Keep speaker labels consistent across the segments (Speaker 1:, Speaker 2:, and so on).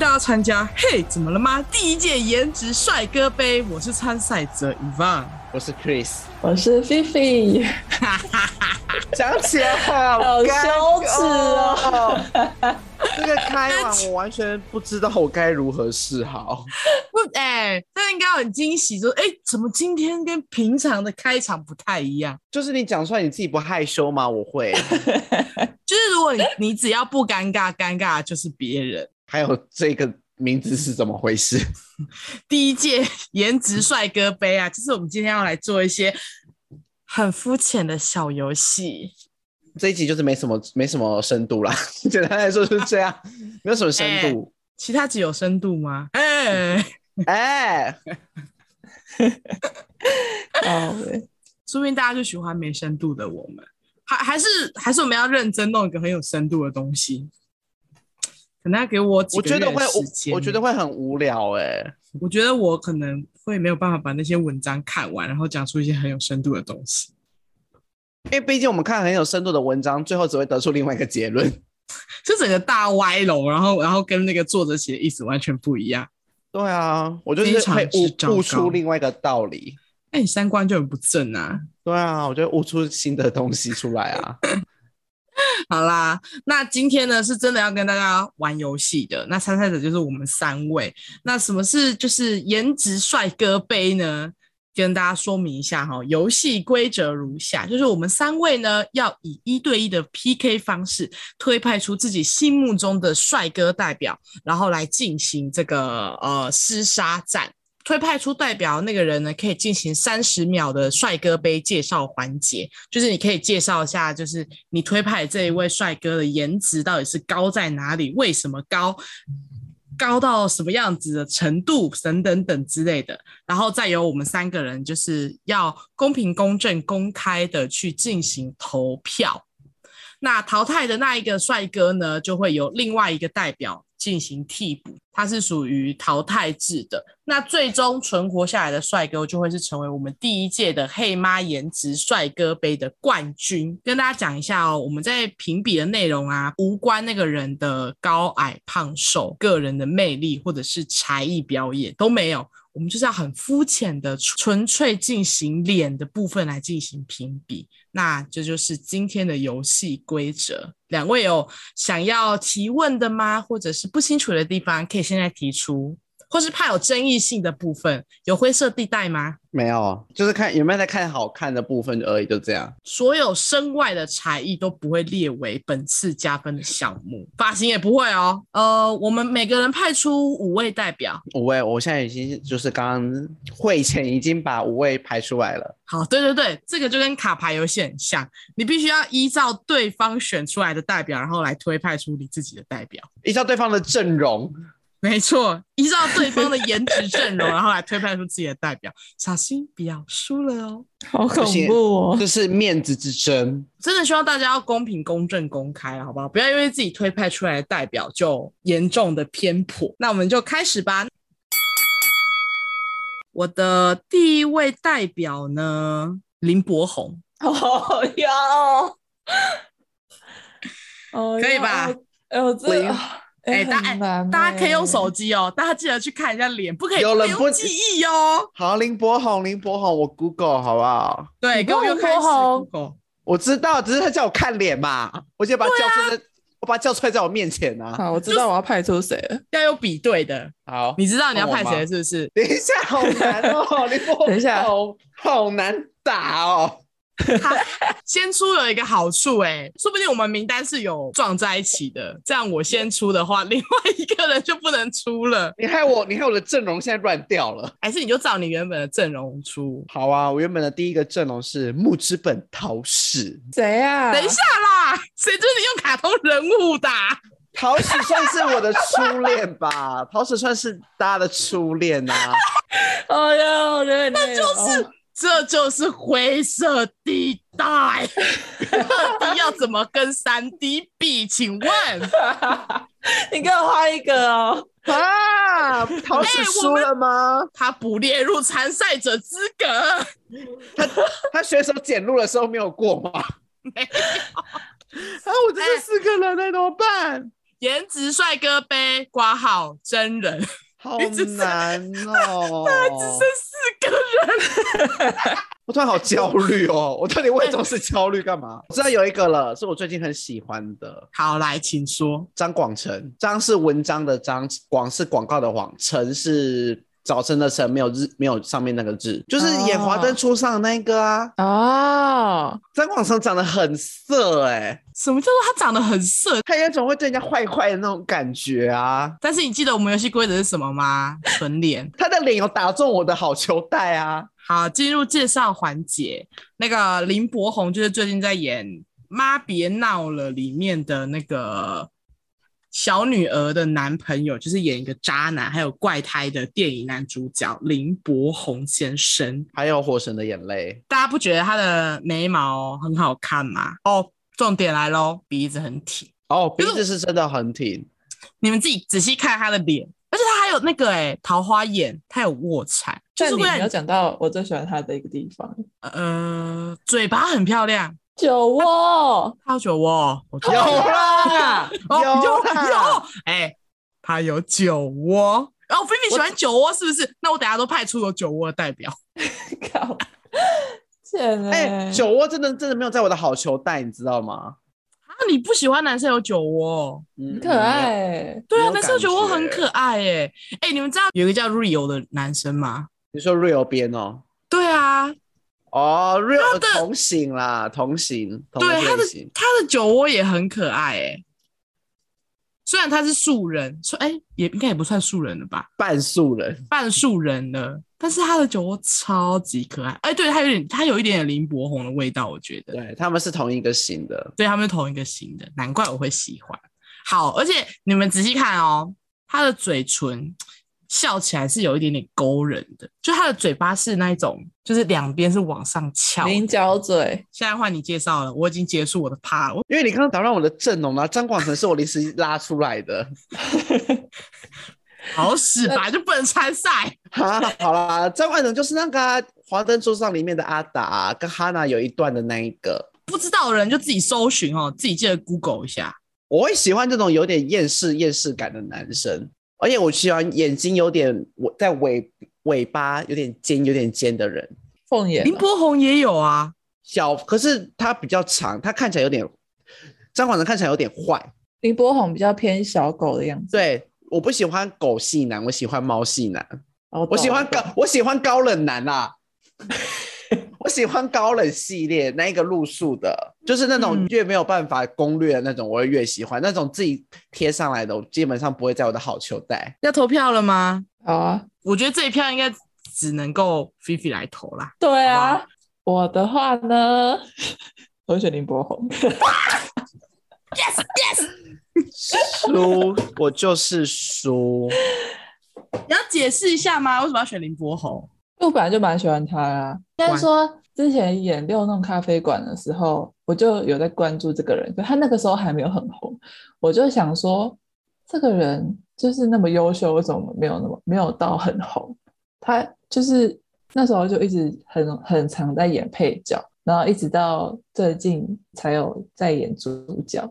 Speaker 1: 大家参加“嘿，怎么了吗？”第一届颜值帅哥杯，我是参赛者 Ivan。
Speaker 2: 我是 Chris，
Speaker 3: 我是 菲菲，
Speaker 2: 讲起来好
Speaker 3: 好
Speaker 2: 尴
Speaker 3: 羞耻哦
Speaker 2: 哦！ 这个开场我完全不知道我该如何是好。
Speaker 1: 不，哎、大家应该很惊喜，说：“哎、怎么今天跟平常的开场不太一样
Speaker 2: 就是你讲出来你自己不害羞吗？我 会，？”
Speaker 1: 就是如果你你只要不尴尬，尴尬的就是别人。
Speaker 2: 还有这个名字是怎么回事？
Speaker 1: 第一届颜值帅哥杯啊，就是我们今天要来做一些很肤浅的小游戏。
Speaker 2: 这一集就是没什么没什么深度啦， 简单来说就是这样，没有什么深度。
Speaker 1: 其他集有深度吗？哎、
Speaker 2: 哎、
Speaker 3: 哦，对
Speaker 1: 说不定大家就喜欢没深度的我们，还还是还是我们要认真弄一个很有深度的东西。可能要给我几
Speaker 2: 我
Speaker 1: 个
Speaker 2: 觉得
Speaker 1: 月的
Speaker 2: 会
Speaker 1: 时间
Speaker 2: 我，我觉得会很无聊哎、
Speaker 1: 我觉得我可能会没有办法把那些文章看完，然后讲出一些很有深度的东西。
Speaker 2: 因为毕竟我们看很有深度的文章，最后只会得出另外一个结论。
Speaker 1: 就整个大歪楼，然后然后跟那个作者写的意思完全不一样。
Speaker 2: 对啊，我就是
Speaker 1: 非常
Speaker 2: 会
Speaker 1: 之糟
Speaker 2: 悟
Speaker 1: 糕
Speaker 2: 悟出另外一个道理。
Speaker 1: 那哎你三观就很不正啊！
Speaker 2: 对啊，我就悟出新的东西出来啊。
Speaker 1: 好啦，那今天呢是真的要跟大家玩游戏的。那参赛者就是我们三位。那什么是就是颜值帅哥杯呢？跟大家说明一下哈，游戏规则如下：就是我们三位呢要以一对一的 PK 方式推派出自己心目中的帅哥代表，然后来进行这个呃厮杀战。推派出代表那个人呢，可以进行三十秒的帅哥杯介绍环节，就是你可以介绍一下，就是你推派这一位帅哥的颜值到底是高在哪里，为什么高，高到什么样子的程度，等等等之类的。然后再由我们三个人就是要公平、公正、公开的去进行投票。那淘汰的那一个帅哥呢，就会由另外一个代表进行替补，它是属于淘汰制的。那最终存活下来的帅哥就会是成为我们第一届的黑妈颜值帅哥杯的冠军。跟大家讲一下哦，我们在评比的内容啊，无关那个人的高矮胖瘦、个人的魅力或者是才艺表演都没有。我们就是要很肤浅的、纯粹进行脸的部分来进行评比。那这就是今天的游戏规则。两位有想要提问的吗？或者是不清楚的地方，可以现在提出，或是怕有争议性的部分，有灰色地带吗？
Speaker 2: 没有，就是看有没有在看好看的部分而已，就这样。
Speaker 1: 所有身外的才艺都不会列为本次加分的项目，发型也不会哦。呃，我们每个人派出五位代表，
Speaker 2: 五位，我现在已经就是刚刚会前已经把五位排出来了。
Speaker 1: 好，对对对，这个就跟卡牌游戏很像，你必须要依照对方选出来的代表，然后来推派出你自己的代表。
Speaker 2: 依照对方的阵容，
Speaker 1: 没错，依照对方的颜值阵容，然后来推派出自己的代表。小心不要输了哦！
Speaker 3: 好恐怖哦！
Speaker 2: 这是面子之争。
Speaker 1: 真的希望大家要公平、公正、公开了，好不好？不要因为自己推派出来的代表就严重的偏颇。那我们就开始吧。我的第一位代表呢，林柏宏。
Speaker 3: 哦哟，哦，
Speaker 1: 可以吧
Speaker 3: 哟？哎，我
Speaker 2: 喂
Speaker 3: 这
Speaker 1: 哎
Speaker 3: 哎，
Speaker 1: 大
Speaker 3: 很难
Speaker 1: 大家可以用
Speaker 3: 哎
Speaker 1: 手机哦，大家记得去看一下脸，不可以
Speaker 2: 有人
Speaker 1: 用
Speaker 2: 不
Speaker 1: 记忆哦。
Speaker 2: 好，林柏宏，林柏宏，我 Google 好不好？
Speaker 1: 对，
Speaker 3: 你
Speaker 1: 跟我
Speaker 3: 不
Speaker 1: 又
Speaker 3: 用
Speaker 1: 开始
Speaker 3: 拨号
Speaker 1: Google
Speaker 2: 我知道，只是他叫我看脸嘛，我就把他叫出来在，我把他叫出来在我面前啊。
Speaker 3: 啊好，我知道我要派出谁了。
Speaker 1: 要有比对的，
Speaker 2: 好，
Speaker 1: 你知道你要
Speaker 2: 换
Speaker 1: 派
Speaker 2: 我吗
Speaker 1: 谁是不是？
Speaker 2: 等一下，好难哦，林柏宏，
Speaker 3: 等一下
Speaker 2: 好好难打哦。
Speaker 1: 他先出有一个好处、哎，说不定我们名单是有撞在一起的，这样我先出的话，另外一个人就不能出了，
Speaker 2: 你害我，你害我的阵容现在乱掉了。
Speaker 1: 还是你就照你原本的阵容出？
Speaker 2: 好啊，我原本的第一个阵容是木之本桃矢，
Speaker 3: 谁啊？
Speaker 1: 等一下啦，谁准你用卡通人物的啊、
Speaker 2: 桃矢算是我的初 恋吧，桃矢算是大家的初恋啊。
Speaker 3: 哦哟，我觉得哦那
Speaker 1: 就是这就是灰色地带，二 D 要怎么跟三 D 比？请问，
Speaker 3: 你给我画一个哦。
Speaker 2: 啊，桃矢
Speaker 1: 哎我
Speaker 2: 输
Speaker 1: 们
Speaker 2: 了吗？
Speaker 1: 他不列入参赛者资格？
Speaker 2: 他选手捡录的时候没有过吗？
Speaker 1: 没哎
Speaker 2: 啊，我这四个人呢，怎么办？
Speaker 1: 颜值帅哥杯挂号真人，
Speaker 2: 好
Speaker 1: 你只剩
Speaker 2: 难哦！
Speaker 1: 哎只剩四个人。
Speaker 2: 我突然好焦虑哦！我到底为什么是焦虑？干嘛？我知道有一个了，是我最近很喜欢的
Speaker 1: 好，来，请说。
Speaker 2: 张广成。张是文章的张，广是广告的广，成是早晨的晨，没有日，没有上面那个字，就是演华灯初上的那一个啊。
Speaker 3: 哦，
Speaker 2: 张广成长得很色哎、
Speaker 1: 什么叫做他长得很色？
Speaker 2: 他有一种会对人家坏坏的那种感觉啊。
Speaker 1: 但是你记得我们游戏规则是什么吗？纯脸。
Speaker 2: 他的脸有打中我的好球带啊！
Speaker 1: 好，进入介绍环节。那个林柏宏就是最近在演《妈别闹了》里面的那个小女儿的男朋友，就是演一个渣男，还有怪胎的电影男主角林柏宏先生。
Speaker 2: 还有《火神的眼泪
Speaker 1: 大家不觉得他的眉毛很好看吗？哦，重点来喽，鼻子很挺。》
Speaker 2: 哦，鼻
Speaker 1: 是
Speaker 2: 子是真的很挺，
Speaker 1: 你们自己仔细看他的脸，而且他还有那个哎、桃花眼，他有卧蚕，就
Speaker 3: 但
Speaker 1: 是
Speaker 3: 你
Speaker 1: 会
Speaker 3: 没
Speaker 1: 让
Speaker 3: 有
Speaker 1: 你
Speaker 3: 讲到我最喜欢他的一个地方，
Speaker 1: 呃嘴巴很漂亮，
Speaker 3: 酒窝。
Speaker 1: 他有酒窝哦，我知
Speaker 2: 有
Speaker 1: 道
Speaker 2: 啦，
Speaker 1: 哦
Speaker 2: 有啊啦
Speaker 1: 有哎、他有酒窝。然后菲菲喜欢酒窝是不是？那我等下都派出有酒窝的代表。
Speaker 3: 靠，贱
Speaker 2: 哎、
Speaker 3: 哎、
Speaker 2: 酒窝真的真的没有在我的好球带，你知道吗？
Speaker 1: 啊，你不喜欢男生有酒窝哦？
Speaker 2: 嗯
Speaker 3: 很可。爱、欸。
Speaker 1: 对啊，
Speaker 2: 没有
Speaker 1: 男生有酒窝
Speaker 2: 感
Speaker 1: 很
Speaker 2: 觉
Speaker 1: 可爱哎。哎，你们知道有一个叫 Rio 的男生吗？
Speaker 2: 你说 real 边哦，
Speaker 1: 对啊，
Speaker 2: 哦
Speaker 1: 他
Speaker 2: real
Speaker 1: 的
Speaker 2: 同行啦，同行，同
Speaker 1: 对他的
Speaker 2: 类型。
Speaker 1: 他的酒窝也很可爱哎、虽然他是素人，说哎、也应该也不算素人了吧，
Speaker 2: 半素人，
Speaker 1: 半素人了，但是他的酒窝超级可爱。哎、对他有点，他有一点点林柏宏的味道，我觉得。
Speaker 2: 对他们是同一个型的。
Speaker 1: 对，他们是同一个型的，难怪我会喜欢。好，而且你们仔细看哦，他的嘴唇笑起来是有一点点勾人的，就他的嘴巴是那一种，就是两边是往上翘的。
Speaker 3: 菱角嘴，
Speaker 1: 现在换你介绍了，我已经结束我的 part 了。我
Speaker 2: 因为你刚刚打乱我的阵容啦，张广成是我临时拉出来的。
Speaker 1: 好屎吧，就不能参赛。
Speaker 2: 哈，好啦，张广成就是那个啊《华灯初上》里面的阿达、跟哈娜有一段的那一个。
Speaker 1: 不知道的人就自己搜寻哦，自己记得 Google 一下。
Speaker 2: 我会喜欢这种有点厌世厌世感的男生，而且我喜欢眼睛有点我在尾尾巴有点尖有点尖的人。
Speaker 3: 凤眼
Speaker 1: 林
Speaker 3: 啊、
Speaker 1: 柏宏也有啊，
Speaker 2: 小，可是他比较长，他看起来有点张广成看起来有点坏。
Speaker 3: 林柏宏比较偏小狗的样子。
Speaker 2: 对，我不喜欢狗系男，我喜欢猫系男，
Speaker 3: 哦，我
Speaker 2: 我喜欢
Speaker 3: 懂
Speaker 2: 高我喜欢高冷男啦、 我喜欢高冷系列那一个路数的，就是那种
Speaker 1: 嗯
Speaker 2: 越没有办法攻略的那种，我会越喜欢。那种自己贴上来的，我基本上不会在我的好球带。
Speaker 1: 要投票了吗？
Speaker 3: 好啊，
Speaker 1: 我觉得这一票应该只能够菲菲来投啦。
Speaker 3: 对
Speaker 1: 好
Speaker 3: 啊。我的话呢， 我会选林柏宏。
Speaker 1: Yes, yes。
Speaker 2: 输，我就是输。
Speaker 1: 你要解释一下吗？为什么要选林柏宏？
Speaker 3: 因为我本来就蛮喜欢他啦、应该
Speaker 1: 玩
Speaker 3: 说之前演《六弄咖啡馆》的时候，我就有在关注这个人，可他那个时候还没有很红，我就想说，这个人就是那么优秀，为什么没有那么没有到很红？他就是那时候就一直很很常在演配角，然后一直到最近才有在演主角。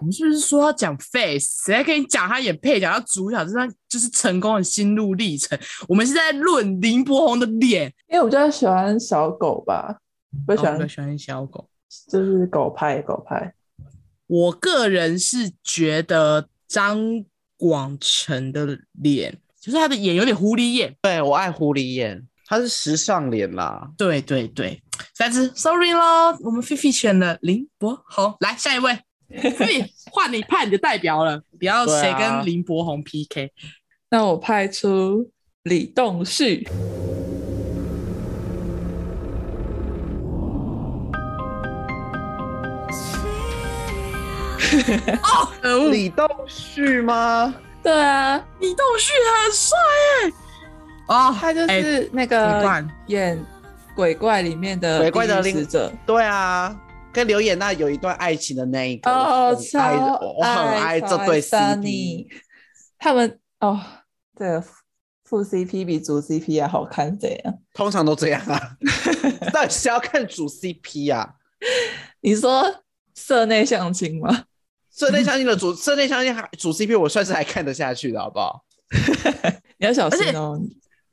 Speaker 1: 我们是不是说要讲 face？谁在跟你讲他演配角、要主角这段就是成功的心路历程？我们是在论林柏宏的脸。
Speaker 3: 因为我比较喜欢小狗吧，我
Speaker 1: 我
Speaker 3: 喜欢
Speaker 1: 喜欢小狗。
Speaker 3: 就是狗派狗派。
Speaker 1: 我个人是觉得张广成的脸，就是他的眼有点狐狸眼。
Speaker 2: 对我爱狐狸眼，他是时尚脸啦。
Speaker 1: 对对对，但是 sorry 咯，我们菲菲选了林柏宏，来下一位，所以换你派你的代表了，不要
Speaker 2: 对
Speaker 1: 谁
Speaker 2: 啊
Speaker 1: 跟林柏宏 PK。
Speaker 3: 那我派出李栋旭。
Speaker 1: 可恶，
Speaker 2: 李栋旭吗？
Speaker 3: 对啊，
Speaker 1: 呃李栋旭很帅哎、哦，
Speaker 3: 他就
Speaker 1: 哎
Speaker 3: 是那
Speaker 1: 鬼
Speaker 3: 个
Speaker 1: 怪
Speaker 3: 演鬼怪里面的
Speaker 2: 鬼怪的
Speaker 3: 地狱
Speaker 2: 另
Speaker 3: 使者，
Speaker 2: 对啊，跟刘演娜有一段爱情的那一个，
Speaker 3: 哦，
Speaker 2: 我很爱，
Speaker 3: 超
Speaker 2: 我我很爱
Speaker 3: 超
Speaker 2: 这对
Speaker 3: Sunny
Speaker 2: CD。
Speaker 3: 他们哦，这个副 CP 比主 CP 还好看怎样？
Speaker 2: 通常都这样 啊。到底是要看主 CP 啊？
Speaker 3: 你说社内相亲吗？
Speaker 2: 这类相亲 的主这类相亲还主 CP 我算是还看得下去的，好不好？
Speaker 3: 你要小
Speaker 1: 而且
Speaker 3: 心哦。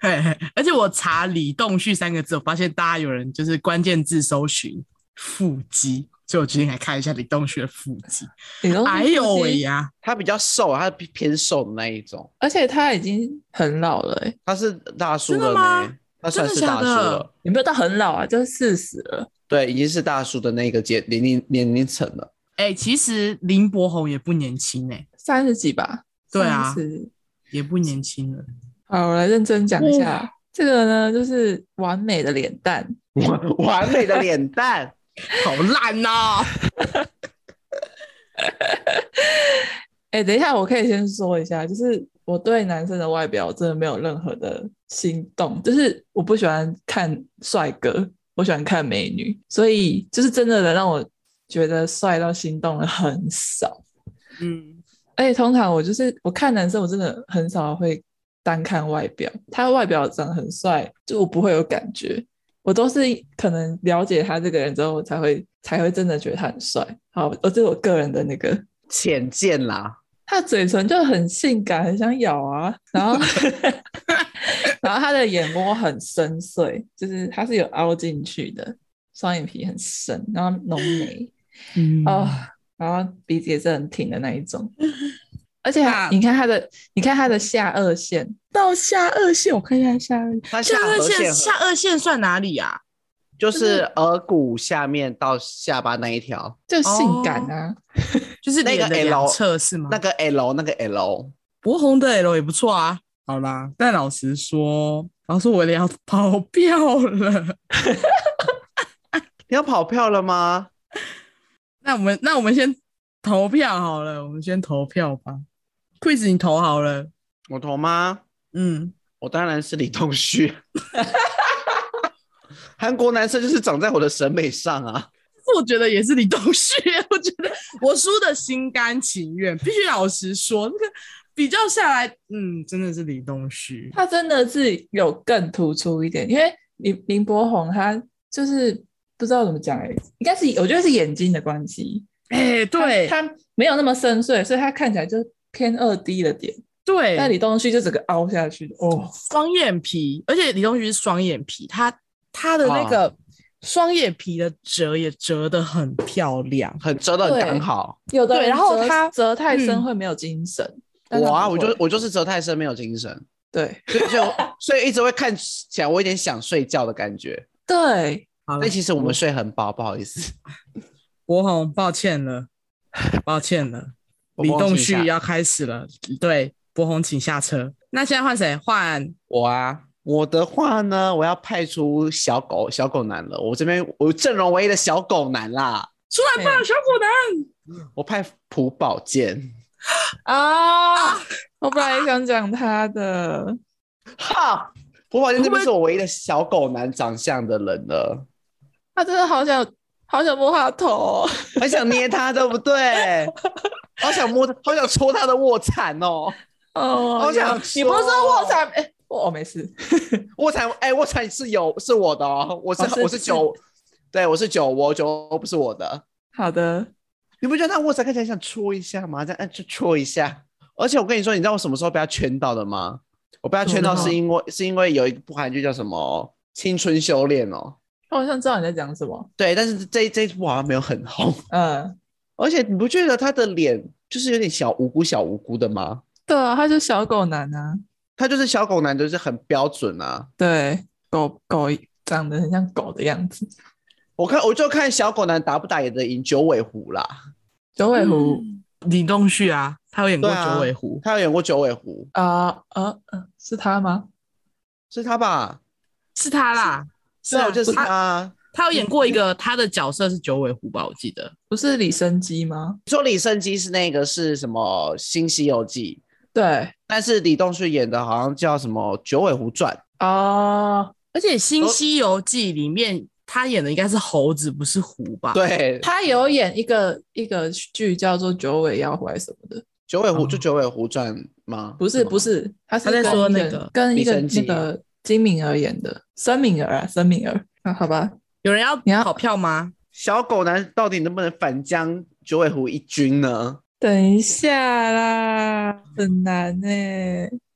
Speaker 1: 嘿嘿，而且我查李栋旭三个字，我发现大家有人就是关键字搜寻腹肌，所以我决定来看一下李栋旭的腹肌。
Speaker 3: 李东
Speaker 1: 哎呦喂呀，
Speaker 2: 他比较瘦，他偏偏瘦的那一种，
Speaker 3: 而且他已经很老了、欸，
Speaker 2: 他是大叔
Speaker 1: 真的
Speaker 2: 了
Speaker 1: 吗
Speaker 2: 呢，他算是大叔
Speaker 1: 真的假的
Speaker 2: 了，
Speaker 3: 也没有到很老啊，就是四十了。
Speaker 2: 对，已经是大叔的那个阶年龄年龄层了。
Speaker 1: 哎、其实林柏宏也不年轻哎、
Speaker 3: 三十几吧？
Speaker 1: 对啊
Speaker 3: 30
Speaker 1: 也不年轻了。
Speaker 3: 好，我来认真讲一下，这个呢就是完美的脸蛋，
Speaker 2: 完完美的脸 蛋，
Speaker 1: 好烂啊呐、
Speaker 3: 哎、等一下，我可以先说一下，就是我对男生的外表真的没有任何的心动，就是我不喜欢看帅哥，我喜欢看美女，所以就是真的能让我觉得帅到心动的很少。
Speaker 1: 嗯，
Speaker 3: 而且通常我就是我看男生，我真的很少会单看外表，他外表长得很帅，就我不会有感觉，我都是可能了解他这个人之后，我才会才会真的觉得他很帅。好，我这是我个人的那个
Speaker 2: 浅见啦，
Speaker 3: 他嘴唇就很性感，很想咬啊，然后，然后他的眼窝很深邃，就是他是有凹进去的，双眼皮很深，然后浓眉
Speaker 1: 嗯
Speaker 3: 哦，然后鼻子也是很挺的那一 种，而且
Speaker 1: 那
Speaker 3: 他，你看他的，你看他的下颚线到下颚线，我看一下下颚线，
Speaker 2: 他
Speaker 1: 下
Speaker 2: 颌
Speaker 1: 颚线
Speaker 2: 线
Speaker 1: 下颚线算哪里啊？
Speaker 2: 就
Speaker 3: 就是
Speaker 2: 额骨下面到下巴那一条，
Speaker 3: 就性感
Speaker 1: 哦
Speaker 3: 啊，
Speaker 1: 就是
Speaker 2: 那个
Speaker 1: 脸的两
Speaker 2: L
Speaker 1: 侧是吗？
Speaker 2: 那个 L 那个 L，
Speaker 1: 博红的 L 也不错啊。好啦，但老实说，老实说我也要跑票了。
Speaker 2: 你要跑票了吗？
Speaker 1: 那我们那我们先投票好了，我们先投票吧。quiz 你投好了，
Speaker 2: 我投吗？
Speaker 1: 嗯，
Speaker 2: 我当然是李栋旭。 韩国男生就是长在我的审美上啊，
Speaker 1: 我觉得也是李栋旭， 我觉得我输的心甘情愿，必须老实说，那个比较下来，嗯，真的是李栋旭。
Speaker 3: 他真的是有更突出一点，因为林林柏宏他就是不知道怎么讲哎、应该是我觉得是眼睛的关系。
Speaker 1: 哎、对
Speaker 3: 他他没有那么深邃，所以他看起来就偏二 D 的点。
Speaker 1: 对，
Speaker 3: 但李东旭就整个凹下去哦，
Speaker 1: 双眼皮，而且李东旭是双眼皮，他他的那个双眼皮的折也折得很漂亮。
Speaker 2: 很遮的很
Speaker 3: 对
Speaker 2: 刚好。
Speaker 3: 有的
Speaker 1: 对
Speaker 3: 人
Speaker 1: 然后
Speaker 3: 折
Speaker 1: 他
Speaker 3: 折太深
Speaker 1: 嗯
Speaker 3: 会没有精神。但他
Speaker 2: 我啊，
Speaker 3: 不
Speaker 2: 我
Speaker 3: 会
Speaker 2: 就我就是折太深，没有精神，
Speaker 3: 对
Speaker 2: 所以所以我所以一直会看起来我有点想睡觉的感觉。
Speaker 3: 对，
Speaker 1: 好了
Speaker 2: 但，其实我们睡很饱，不好意思。
Speaker 1: 国红，抱歉了，抱歉了，
Speaker 2: 我
Speaker 1: 李
Speaker 2: 帮我
Speaker 1: 栋
Speaker 2: 请一下
Speaker 1: 旭要开始了。对，博红，请下车。那现在换谁？换
Speaker 2: 我啊，我的话呢，我要派出小狗小狗男了。我这边我阵容唯一的小狗男啦，
Speaker 1: 出来吧，
Speaker 3: 对
Speaker 1: 小果男
Speaker 2: 我派朴宝剑。
Speaker 3: 啊，我本来也想讲他的，
Speaker 2: 哈，朴宝剑
Speaker 1: 会
Speaker 2: 这
Speaker 1: 不
Speaker 2: 边
Speaker 1: 会
Speaker 2: 是我唯一的小狗男长相的人了，
Speaker 3: 他真的好想好想摸他头哦、
Speaker 2: 很想捏他，对不对？好想摸他，好想戳他的卧蚕哦，
Speaker 3: 哦，
Speaker 2: 好想
Speaker 3: 有你不是说
Speaker 2: 说
Speaker 3: 卧蚕？哎、我、哦、没事，
Speaker 2: 卧蚕，哎、卧蚕是有是我的哦，我是、
Speaker 3: 哦是
Speaker 2: 我是酒，对我是酒窝，酒窝不是我的。
Speaker 3: 好的，
Speaker 2: 你不觉得他卧蚕看起来想戳一下吗？这样哎，就戳一下。而且我跟你说，你知道我什么时候被他圈到的吗？我被他圈到
Speaker 1: 什么
Speaker 2: 是因为是因为有一部韩剧叫什么《青春修炼》哦，
Speaker 3: 我好像知道你在讲什么，
Speaker 2: 对，但是这这一部好像没有很红。
Speaker 3: 嗯，
Speaker 2: 而且你不觉得他的脸就是有点小无辜、小无辜的吗？
Speaker 3: 对啊，他就是小狗男啊，
Speaker 2: 他就是小狗男，就是很标准啊。
Speaker 3: 对，狗狗长得很像狗的样子，
Speaker 2: 我看我就看小狗男打不打也得赢九尾狐啦，
Speaker 3: 九尾狐。
Speaker 1: 李栋旭啊，他有演过
Speaker 2: 对啊
Speaker 1: 九尾狐。
Speaker 2: 他有演过九尾狐，
Speaker 3: 啊啊啊！是他吗？
Speaker 2: 是他吧？
Speaker 1: 是他啦，是
Speaker 2: 对
Speaker 1: 啊
Speaker 2: 啊，就是
Speaker 1: 他，
Speaker 2: 他。
Speaker 1: 他有演过一个，他的角色是九尾狐吧？我记得。
Speaker 3: 不是李生基吗？
Speaker 2: 你说李胜基是那个是什么《新西游记》，
Speaker 3: 对
Speaker 2: 但是李栋旭演的好像叫什么《九尾狐传》。
Speaker 3: 哦，
Speaker 1: 而且《新
Speaker 2: 哦
Speaker 1: 西游记》里面他演的应该是猴子，不是狐吧？，
Speaker 2: 对，
Speaker 3: 他有演一个一个剧叫做《九尾妖怪》什么的，
Speaker 2: 九尾狐就
Speaker 1: 哦
Speaker 2: 《九尾狐传》吗？
Speaker 3: 嗯不是
Speaker 2: 吗
Speaker 3: 不，是，他是
Speaker 1: 他在
Speaker 3: 跟
Speaker 1: 说
Speaker 3: 一
Speaker 1: 那个
Speaker 3: 跟一
Speaker 2: 李
Speaker 3: 个
Speaker 2: 生基
Speaker 3: 那
Speaker 1: 啊
Speaker 3: 个金敏儿演的，申敏儿啊，申敏儿啊，好吧，
Speaker 1: 有人要
Speaker 3: 你要
Speaker 1: 跑票吗？
Speaker 2: 小狗男到底能不能反将九尾狐一军呢？
Speaker 3: 等一下啦，很难呢、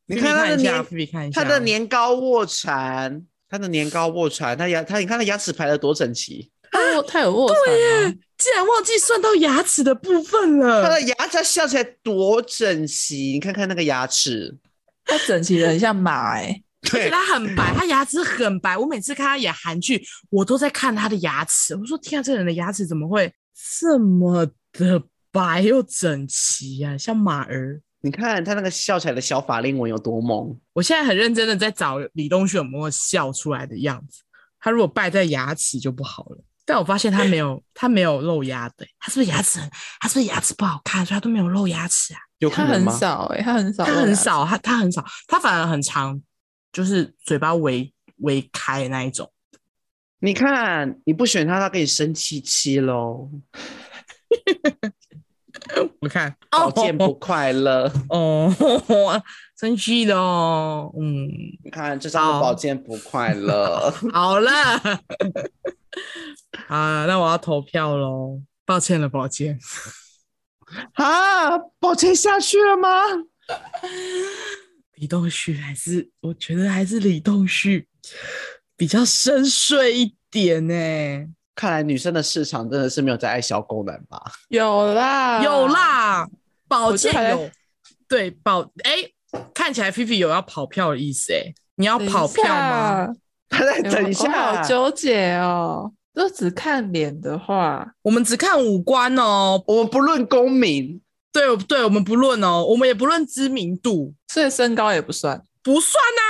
Speaker 2: 你看他的
Speaker 1: 一下，
Speaker 2: 年，
Speaker 1: 菲比看一
Speaker 3: 啊
Speaker 1: 下
Speaker 2: 他的年糕卧蚕，他的年糕卧蚕，他牙他你看他牙齿排的多整齐，
Speaker 3: 他有他有卧蚕、啊，
Speaker 1: 竟然忘记算到牙齿的部分
Speaker 3: 嗯
Speaker 2: 他
Speaker 1: 了。
Speaker 2: 的牙齿笑起来多整齐，你看看那个牙齿，
Speaker 3: 他整齐的很像马哎、
Speaker 1: 而且
Speaker 2: 对，
Speaker 1: 他很白，他牙齿很白。我每次看他演韩剧，我都在看他的牙齿。我说天啊，这个人的牙齿怎么会这么的白又整齐啊，像马儿。
Speaker 2: 你看他那个笑起来的小法令纹有多萌，
Speaker 1: 我现在很认真的在找李东旭有没有笑出来的样子。他如果败在牙齿就不好了，但我发现他没有，他没有露牙的欸、他是不是牙齿很？他是不是牙齿不好看，所以他都没有露牙齿啊？
Speaker 2: 有可
Speaker 3: 他
Speaker 2: 能
Speaker 3: 很
Speaker 2: 吗？
Speaker 3: 少哎、他很少，
Speaker 1: 他很，少，他他很少，他反而很长，就是嘴巴围围开那一种。
Speaker 2: 你看你不选他，他跟你生气气喽，
Speaker 1: 我看，
Speaker 2: 宝剑不
Speaker 1: 哦
Speaker 2: 快乐。
Speaker 1: 哦， 生气的哦，嗯，
Speaker 2: 你看这
Speaker 3: 哦
Speaker 2: 张的宝剑不快 乐，
Speaker 1: 好了， 啊，那我要投票喽。抱歉了，宝剑。
Speaker 2: 啊，宝剑下去了吗？
Speaker 1: 李栋旭还是我觉得还是李栋旭比较深邃一点呢、
Speaker 2: 看来女生的市场真的是没有在爱小狗男吧？
Speaker 3: 有啦
Speaker 1: 有，啦，宝
Speaker 3: 啊我这还
Speaker 1: 剑有，对宝哎、看起来菲菲有要跑票的意思哎、你要
Speaker 3: 等一
Speaker 1: 跑票吗？
Speaker 3: 下？
Speaker 2: 他在哎等一
Speaker 3: 我
Speaker 2: 下
Speaker 3: 好，纠结哦。就只看脸的话，
Speaker 1: 我们只看五官哦，
Speaker 2: 我们不论公民，
Speaker 1: 对对，我们不论哦，我们也不论知名度，
Speaker 3: 所以身高也不算。
Speaker 1: 不算啊。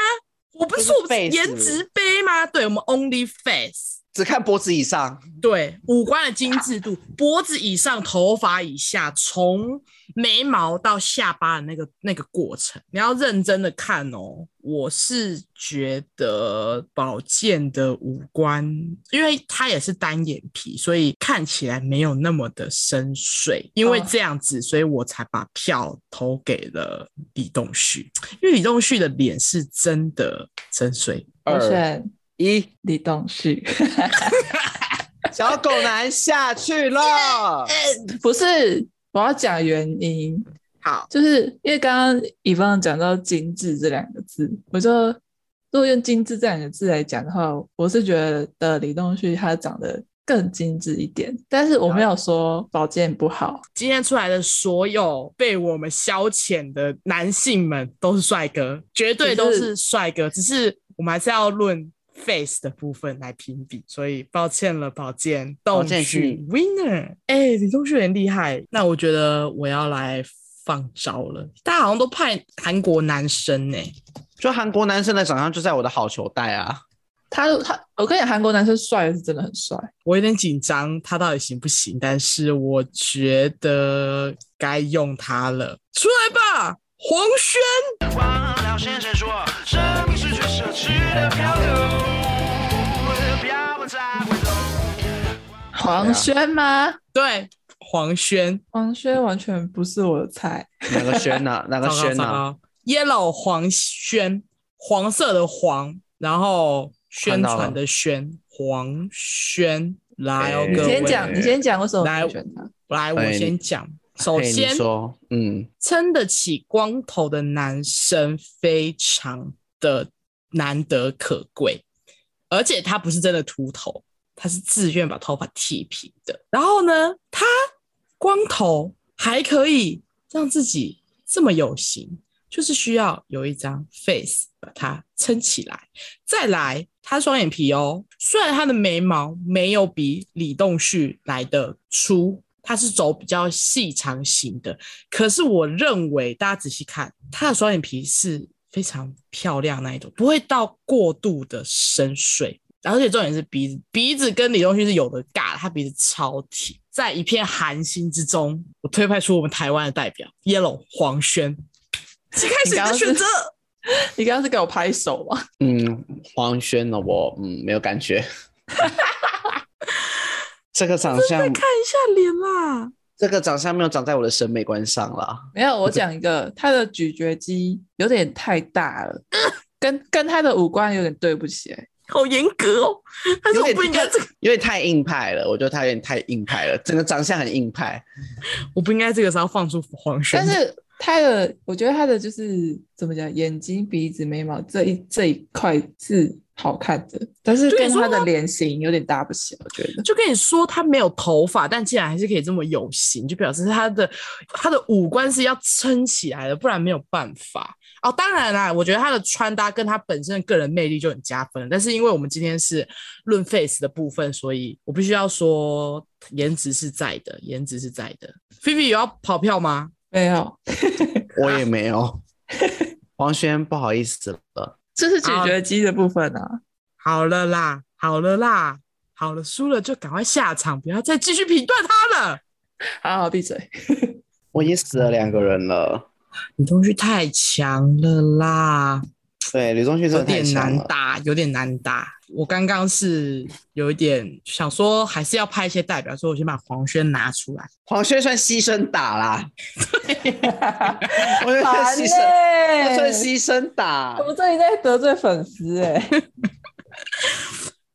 Speaker 1: 我不是说我
Speaker 2: 就是
Speaker 1: 们
Speaker 2: face
Speaker 1: 颜值杯吗？对，我们 only face。
Speaker 2: 只看脖子以上。
Speaker 1: 对五官的精致度，脖子以上、头发以下，从眉毛到下巴的那个那个过程，你要认真的看哦。我是觉得宝剑的五官，因为他也是单眼皮，所以看起来没有那么的深邃。因为
Speaker 3: 哦
Speaker 1: 这样子，所以我才把票投给了李栋旭，因为李栋旭的脸是真的深邃。
Speaker 3: 我
Speaker 2: 二
Speaker 3: 选
Speaker 2: 一，
Speaker 3: 李栋旭，
Speaker 2: 小狗男下去 了。
Speaker 3: 不是我要讲原因，
Speaker 1: 好，
Speaker 3: 就是因为刚刚以方讲到“精致”这两个字，我就如果用“精致”这两个字来讲的话，我是觉得李栋旭他长得更精致一点，但是我没有说保健不好，
Speaker 1: 今天出来的所有被我们消遣的男性们都是帅哥，绝对都是帅哥，只是我们还是要论 face 的部分来评比，所以抱歉了，宝剑，
Speaker 2: 宝
Speaker 1: 道
Speaker 2: 剑是
Speaker 1: 具 winner。哎、李东旭很厉害，那我觉得我要来放招了，大家好像都派韩国男生呢、
Speaker 2: 就韩国男生的长相就在我的好球带啊，
Speaker 3: 他他我跟你讲，韩国男生帅是真的很帅，
Speaker 1: 我有点紧张，他到底行不行？但是我觉得该用他了，出来吧，黄轩。
Speaker 4: 忘了先生说，生命是最奢侈的漂流，漂泊在回头。
Speaker 3: 黄轩吗？
Speaker 1: 对，黄轩，
Speaker 3: 黄轩完全不是我的菜，
Speaker 2: 哪个轩呐、哪个
Speaker 1: 糟糕
Speaker 2: 轩啊
Speaker 1: 糟
Speaker 2: 呐、
Speaker 1: 糕，yellow 黄轩，黄色的黄，然后宣
Speaker 2: 看到了
Speaker 1: 传的宣，黄轩。来哦，
Speaker 2: 哎
Speaker 3: 你
Speaker 1: 各
Speaker 3: 先
Speaker 1: 位
Speaker 3: 讲，你先讲为什么
Speaker 1: 来
Speaker 3: 你选他？
Speaker 1: 来，我
Speaker 2: 哎
Speaker 1: 先讲。首
Speaker 2: 嘿
Speaker 1: 先
Speaker 2: 你，说，嗯，
Speaker 1: 撑得起光头的男生非常的难得可贵，而且他不是真的秃头，他是自愿把头发剃平的。然后呢，他光头还可以让自己这么有型，就是需要有一张 face 把它撑起来。再来，他双眼皮哦，虽然他的眉毛没有比李栋旭来的粗，他是走比较细长型的，可是我认为大家仔细看，他的双眼皮是非常漂亮那一种，不会到过度的深邃。而且重点是鼻子，鼻子跟李东旭是有的尬，他鼻子超挺，在一片寒星之中，我推派出我们台湾的代表 Yellow 黄轩，请开始你
Speaker 3: 你刚
Speaker 1: 的
Speaker 3: 刚是
Speaker 1: 选择。
Speaker 3: 你刚刚是给我拍手吗？
Speaker 2: 嗯，黄轩呢？我嗯没有感觉。 这个长相，
Speaker 1: 看一下脸啦，
Speaker 2: 这个长相没有长在我的审美观上啦。
Speaker 3: 没有，我讲一个，他的 咀嚼肌有点太大了，跟跟他的五官有点对不起、欸。
Speaker 1: 好严格哦。但是
Speaker 2: 有
Speaker 1: 我
Speaker 2: 点
Speaker 1: 不应该这个，
Speaker 2: 因为太硬派了，我觉得他有点太硬派了，整个长相很硬派。
Speaker 1: 我不应该这个时候放出黄轩。
Speaker 3: 但是他的，我觉得他的就是怎么讲，眼睛、鼻子、眉毛这一这一块是好看的，但是
Speaker 1: 对
Speaker 3: 跟
Speaker 1: 你说
Speaker 3: 他的
Speaker 1: 他
Speaker 3: 脸型有点搭不起来，我觉得。
Speaker 1: 就跟你说他没有头发，但竟然还是可以这么有型，就表示他的他的五官是要撑起来的，不然没有办法。哦，当然啦，我觉得他的穿搭跟他本身的个人魅力就很加分，但是因为我们今天是论 face 的部分，所以我必须要说颜值是在的，颜值是在的。菲菲有要跑票吗？
Speaker 3: 没有，
Speaker 2: 我也没有， 黄轩不好意思了，
Speaker 3: 这是咀
Speaker 1: 好
Speaker 3: 嚼肌的部分啊。
Speaker 1: 好了啦，好了啦，好了，输了就赶快下场，不要再继续评断他了。
Speaker 3: 好好 闭嘴。
Speaker 2: 我已经死了两个人了。
Speaker 1: 你东西太强了啦！
Speaker 2: 对，吕中旭真
Speaker 1: 有
Speaker 2: 的太
Speaker 1: 点
Speaker 2: 强
Speaker 1: 难
Speaker 2: 了。
Speaker 1: 打，有点难打。我刚刚是有一点想说，还是要派一些代表，所以我先把黄轩拿出来。
Speaker 2: 黄轩算牺牲 打啦，我觉得
Speaker 3: 烦
Speaker 2: 牺牲，他 算
Speaker 3: 嘞！
Speaker 2: 牺牲打
Speaker 3: 我。们这里在得罪粉丝哎、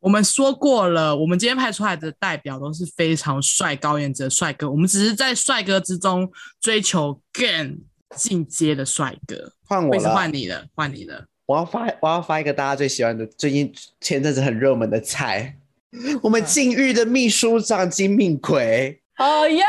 Speaker 1: 我们说过了，我们今天派出来的代表都是非常帅、高颜值的帅哥，我们只是在帅哥之中追求更进阶的帅哥。
Speaker 2: 换我
Speaker 1: 位置
Speaker 2: 了，
Speaker 1: 换你了，换你了。
Speaker 2: 我要发，我要发一个大家最喜欢的，最近前阵子很热门的菜， 我们禁欲的秘书长金敏奎，
Speaker 3: 好哎呀！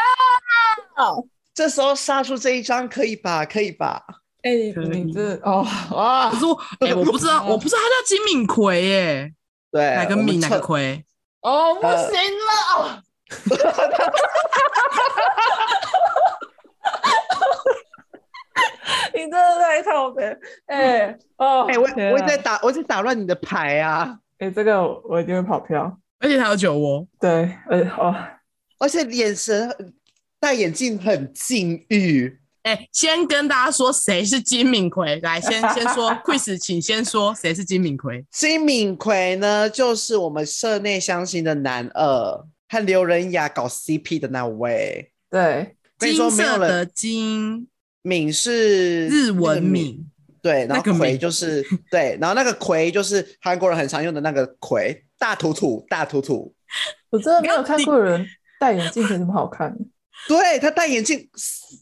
Speaker 2: 这时候杀出这一张可以吧？可以吧？
Speaker 3: 哎、
Speaker 1: 可以
Speaker 3: 你这哦哇
Speaker 1: 可，是我，哎、我不知道，我不知道他叫金敏奎耶、
Speaker 2: 对，
Speaker 1: 哪个
Speaker 2: 嗯哎我们
Speaker 1: 敏哪个
Speaker 2: 趁
Speaker 1: 奎？
Speaker 3: 哦，不
Speaker 2: 呃
Speaker 3: 行了！你真的太靠北，哎、哦，
Speaker 2: 哎、我
Speaker 3: 天啊
Speaker 2: 我一直在打，我一直打乱你的牌啊！
Speaker 3: 哎、这个我我一定会跑票，
Speaker 1: 而且他有酒窝，
Speaker 3: 对，呃，哦，
Speaker 2: 而且眼神戴眼镜很禁欲，
Speaker 1: 哎、先跟大家说谁是金敏奎，来先先说，Chris，请先说谁是金敏奎。
Speaker 2: 金敏奎呢就是我们社内相亲的男二，和刘仁雅搞 CP 的那位。
Speaker 3: 对，
Speaker 2: 跟你
Speaker 1: 金
Speaker 2: 说没有
Speaker 1: 色
Speaker 2: 人
Speaker 1: 的金，
Speaker 2: 敏是
Speaker 1: 日
Speaker 2: 那个
Speaker 1: 文敏，
Speaker 2: 对，
Speaker 1: 那
Speaker 2: 然
Speaker 1: 个
Speaker 2: 后葵
Speaker 1: 名
Speaker 2: 就是对，然后那个葵就是韩国人很常用的那个葵，大土土，大土土。
Speaker 3: 我真的没有
Speaker 1: 你
Speaker 3: 看过有人戴眼镜可以这么好看，
Speaker 2: 对他戴眼镜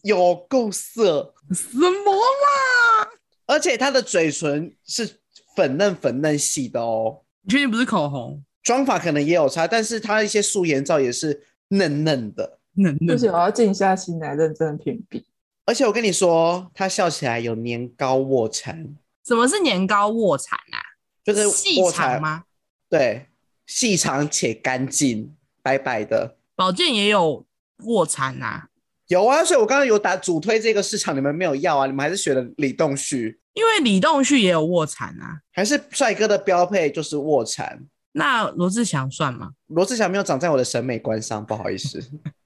Speaker 2: 有够色，
Speaker 1: 什么啦？
Speaker 2: 而且他的嘴唇是粉嫩粉嫩系的哦，
Speaker 1: 你确定不是口红？
Speaker 2: 妆法可能也有差，但是他一些素颜照也是嫩嫩的。
Speaker 1: 能
Speaker 3: 不
Speaker 1: 能
Speaker 3: 行，我要静下心来认真地评比。
Speaker 2: 而且我跟你说，他笑起来有年糕卧蚕，
Speaker 1: 什么是年糕卧蚕啊？
Speaker 2: 就是
Speaker 1: 细
Speaker 2: 卧
Speaker 1: 长
Speaker 2: 蚕？
Speaker 1: 吗？
Speaker 2: 对，细长且干净，白白的。
Speaker 1: 保健也有卧蚕啊，
Speaker 2: 有啊，所以我刚刚有打主推这个市场，你们没有要啊，你们还是选了李栋旭，
Speaker 1: 因为李栋旭也有卧蚕啊。
Speaker 2: 还是帅哥的标配就是卧蚕。
Speaker 1: 那罗志祥算吗？
Speaker 2: 罗志祥没有长在我的审美观上，不好意思，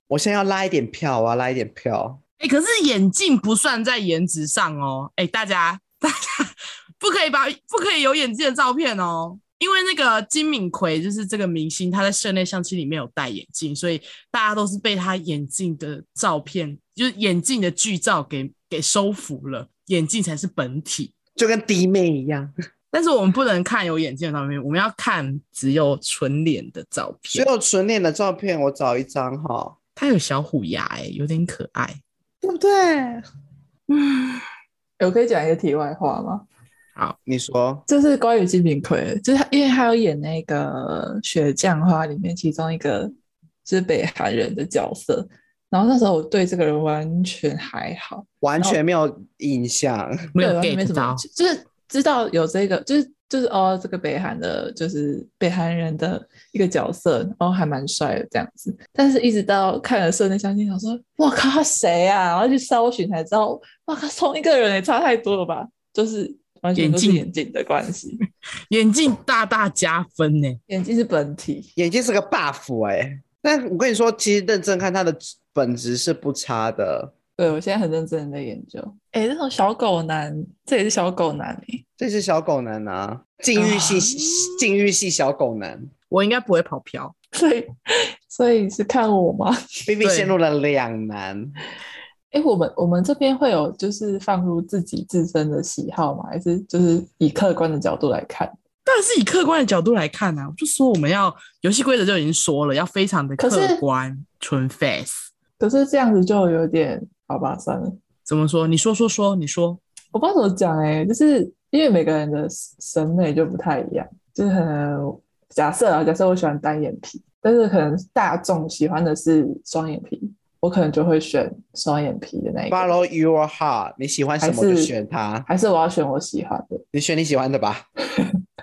Speaker 2: 我现在要拉一点票啊，我要拉一点票。
Speaker 1: 哎、可是眼镜不算在颜值上哦。哎、大家大家不可以把不可以有眼镜的照片哦，因为那个金敏奎就是这个明星，他在室内相亲里面有戴眼镜，所以大家都是被他眼镜的照片，就是眼镜的剧照给给收服了，眼镜才是本体。
Speaker 2: 就跟弟妹一样，
Speaker 1: 但是我们不能看有眼镜的照片，我们要看只有纯脸的照
Speaker 2: 只
Speaker 1: 片。
Speaker 2: 有纯脸的照片，我找一张哈，
Speaker 1: 他有小虎牙、欸，有点可爱。
Speaker 2: 对不对？
Speaker 3: 哎我可以讲一个题外话吗？
Speaker 2: 你说
Speaker 3: 就是关于金炳奎，就是他，因为他有演那个《雪降花》里面其中一个就是北韩人的角色，然后那时候我对这个人完全还好，
Speaker 2: 完全没有印象，
Speaker 1: 没有
Speaker 3: 对完啊全没
Speaker 1: get
Speaker 3: 什么
Speaker 1: 到，，
Speaker 3: 就是知道有这个，就是就是哦，这个北韩的，就是北韩人的一个角色，然后还蛮帅的这样子，但是一直到看了《室内相亲》，想说我靠他谁啊，然后去搜寻才知道，哇靠，同一个人也差太多了吧，就是完全都是
Speaker 1: 眼镜
Speaker 3: 眼镜的关系，
Speaker 1: 眼镜大大加分呢、
Speaker 3: 眼镜是本体。
Speaker 2: 眼睛是个 buff 哎、但我跟你说，其实认真看他的本质是不差的，
Speaker 3: 对，我现在很认真的在研究。哎，那种小狗男，这也是小狗男欸诶。
Speaker 2: 这是小狗男啊，禁欲系、
Speaker 1: 啊
Speaker 2: 禁欲系小狗男。
Speaker 1: 我应该不会跑票。
Speaker 3: 所以 所以是看我吗？
Speaker 2: B B
Speaker 1: 对
Speaker 2: 陷入了两难，
Speaker 3: 哎，我们我们这边会有就是放入自己自身的喜好吗？还是就是以客观的角度来看？
Speaker 1: 当然是以客观的角度来看啊。我就说我们要游戏规则就已经说了，要非常的
Speaker 3: 可是
Speaker 1: 客观，纯 face。
Speaker 3: 可是这样子就有点好吧，算了，
Speaker 1: 怎么说？你说说说，你说。
Speaker 3: 我不知道怎么讲哎、就是因为每个人的审美就不太一样，就是可能假设啊，假设我喜欢单眼皮，但是可能大众喜欢的是双眼皮，我可能就会选双眼皮的那一个，
Speaker 2: Follow your heart，你喜欢什么
Speaker 3: 还
Speaker 2: 就是选它，
Speaker 3: 还是我要选我喜欢的。
Speaker 2: 你选你喜欢的吧。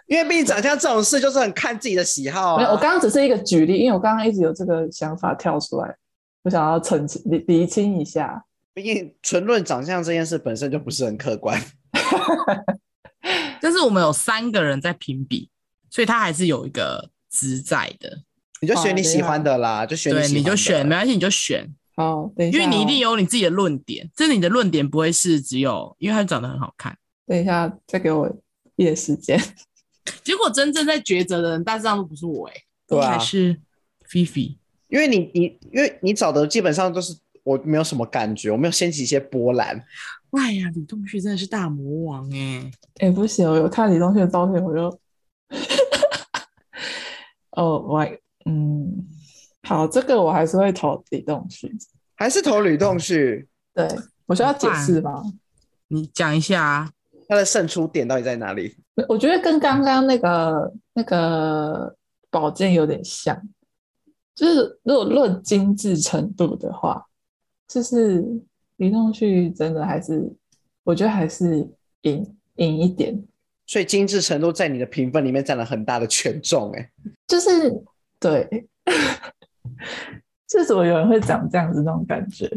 Speaker 2: 因为毕竟长相这种事就是很看自己的喜好
Speaker 3: 没有，
Speaker 2: 啊。
Speaker 3: 我刚刚只是一个举例，因为我刚刚一直有这个想法跳出来，我想要澄清、理理清一下。
Speaker 2: 毕竟纯论长相这件事本身就不是很客观。
Speaker 1: 但是我们有三个人在评比，所以他还是有一个值在的。
Speaker 2: 你就选你
Speaker 3: 好
Speaker 2: 喜欢的啦，就选你
Speaker 1: 哦啊对，
Speaker 2: 喜欢
Speaker 1: 你
Speaker 2: 的
Speaker 1: 就选，没关系，你就选，
Speaker 3: 好，等一
Speaker 1: 因
Speaker 3: 下哦、
Speaker 1: 为你一定有你自己的论点，这是你的论点不会是只有，因为他长得很好看。
Speaker 3: 等一下再给我一点时间。
Speaker 1: 结果真正在抉择的人，大致上都不是我、欸，哎，
Speaker 2: 对啊
Speaker 1: 还是菲菲。
Speaker 2: 因为你你因为你找的基本上都是我没有什么感觉，我没有掀起一些波澜。
Speaker 1: 哎呀，李栋旭真的是大魔王哎、
Speaker 3: 哎、不行，我有看李东旭的照片，我就， 哦，我还嗯，好，这个我还是会投李东旭。
Speaker 2: 还是投吕洞旭，
Speaker 3: 对我需要解释吗？
Speaker 1: 你讲一下啊，
Speaker 2: 他的胜出点到底在哪里？
Speaker 3: 我觉得跟刚刚那个那个宝剑有点像，就是如果论精致程度的话，就是李栋旭真的还是，我觉得还是赢赢一点，
Speaker 2: 所以精致程度在你的评分里面占了很大的权重、欸。哎，
Speaker 3: 就是对， 这怎么有人会讲这样子那种感觉？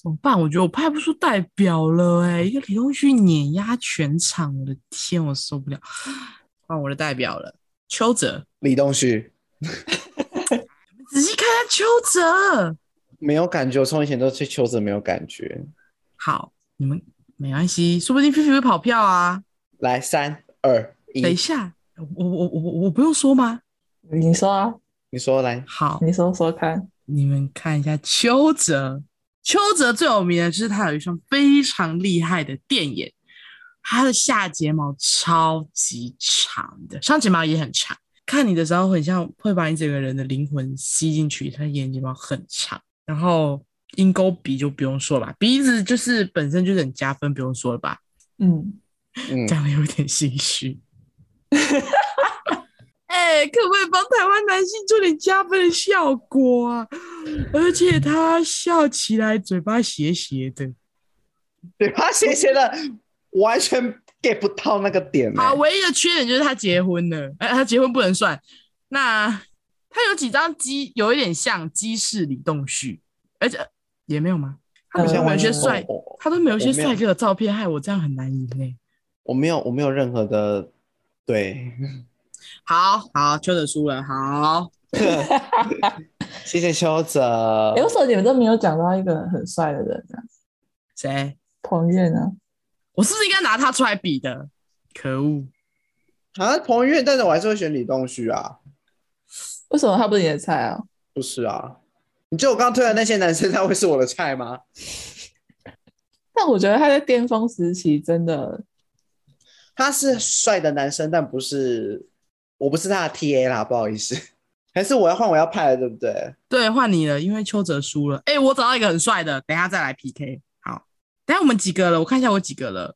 Speaker 1: 怎么办？我觉得我派不出代表了哎、一个李栋旭碾压全场，我的天，我受不了，换我的代表了，邱泽。
Speaker 2: 李栋旭
Speaker 1: 仔细看看邱泽。
Speaker 2: 没有感觉，我从以前都对邱泽没有感觉。
Speaker 1: 好，你们没关系，说不定菲菲会跑票啊。
Speaker 2: 来，三二一
Speaker 1: 等，一下，我我我我我不用说吗？
Speaker 3: 你说啊，
Speaker 2: 你说来，
Speaker 1: 好，
Speaker 3: 你说说看，
Speaker 1: 你们看一下邱泽。邱泽最有名的就是他有一双非常厉害的电眼，他的下睫毛超级长的，上睫毛也很长。看你的时候，很像会把你整个人的灵魂吸进去。他眼睫毛很长，然后鹰钩鼻就不用说了吧，鼻子就是本身就是很加分，不用说了吧。
Speaker 3: 嗯，
Speaker 2: 嗯，
Speaker 1: 讲的有点心虚。 哎、可不可以帮台湾男性做点加分的效果啊？而且他笑起来嘴巴斜斜的。
Speaker 2: 嘴巴斜斜的，完全 get 不到那个点、欸。
Speaker 1: 好，唯一的缺点就是他结婚了，哎、他结婚不能算。那他有几张鸡，有一点像鸡式李栋旭，而且也没有吗？他好
Speaker 3: 好
Speaker 1: 像
Speaker 3: 像
Speaker 1: 没有一些
Speaker 3: 完全
Speaker 1: 帅，
Speaker 2: 呃我我
Speaker 1: 他都没有一些
Speaker 2: 我没有
Speaker 1: 帅哥的照片，害我这样很难赢哎、
Speaker 2: 我没有，我没有任何的对。
Speaker 1: 好好，邱泽输了，好。
Speaker 2: 谢谢邱泽
Speaker 3: 哎、，为什么你们都没有讲到一个很帅的人啊？
Speaker 1: 谁？
Speaker 3: 彭越呢？
Speaker 1: 我是不是应该拿他出来比的？可恶！
Speaker 2: 好像啊彭于晏，但是我还是会选李栋旭啊，
Speaker 3: 为什么他不是你的菜啊？
Speaker 2: 不是啊？你觉得我刚刚推的那些男生， 他会是我的菜吗？
Speaker 3: 但我觉得他在巅峰时期真的
Speaker 2: 他是帅的男生，但不是，我不是他的 TA 啦，不好意思。还是我要换我要派了，对不对？
Speaker 1: 对，换你了，因为邱泽输了。哎、我找到一个很帅的，等一下再来 PK。好，等一下我们几个了，我看一下我几个了。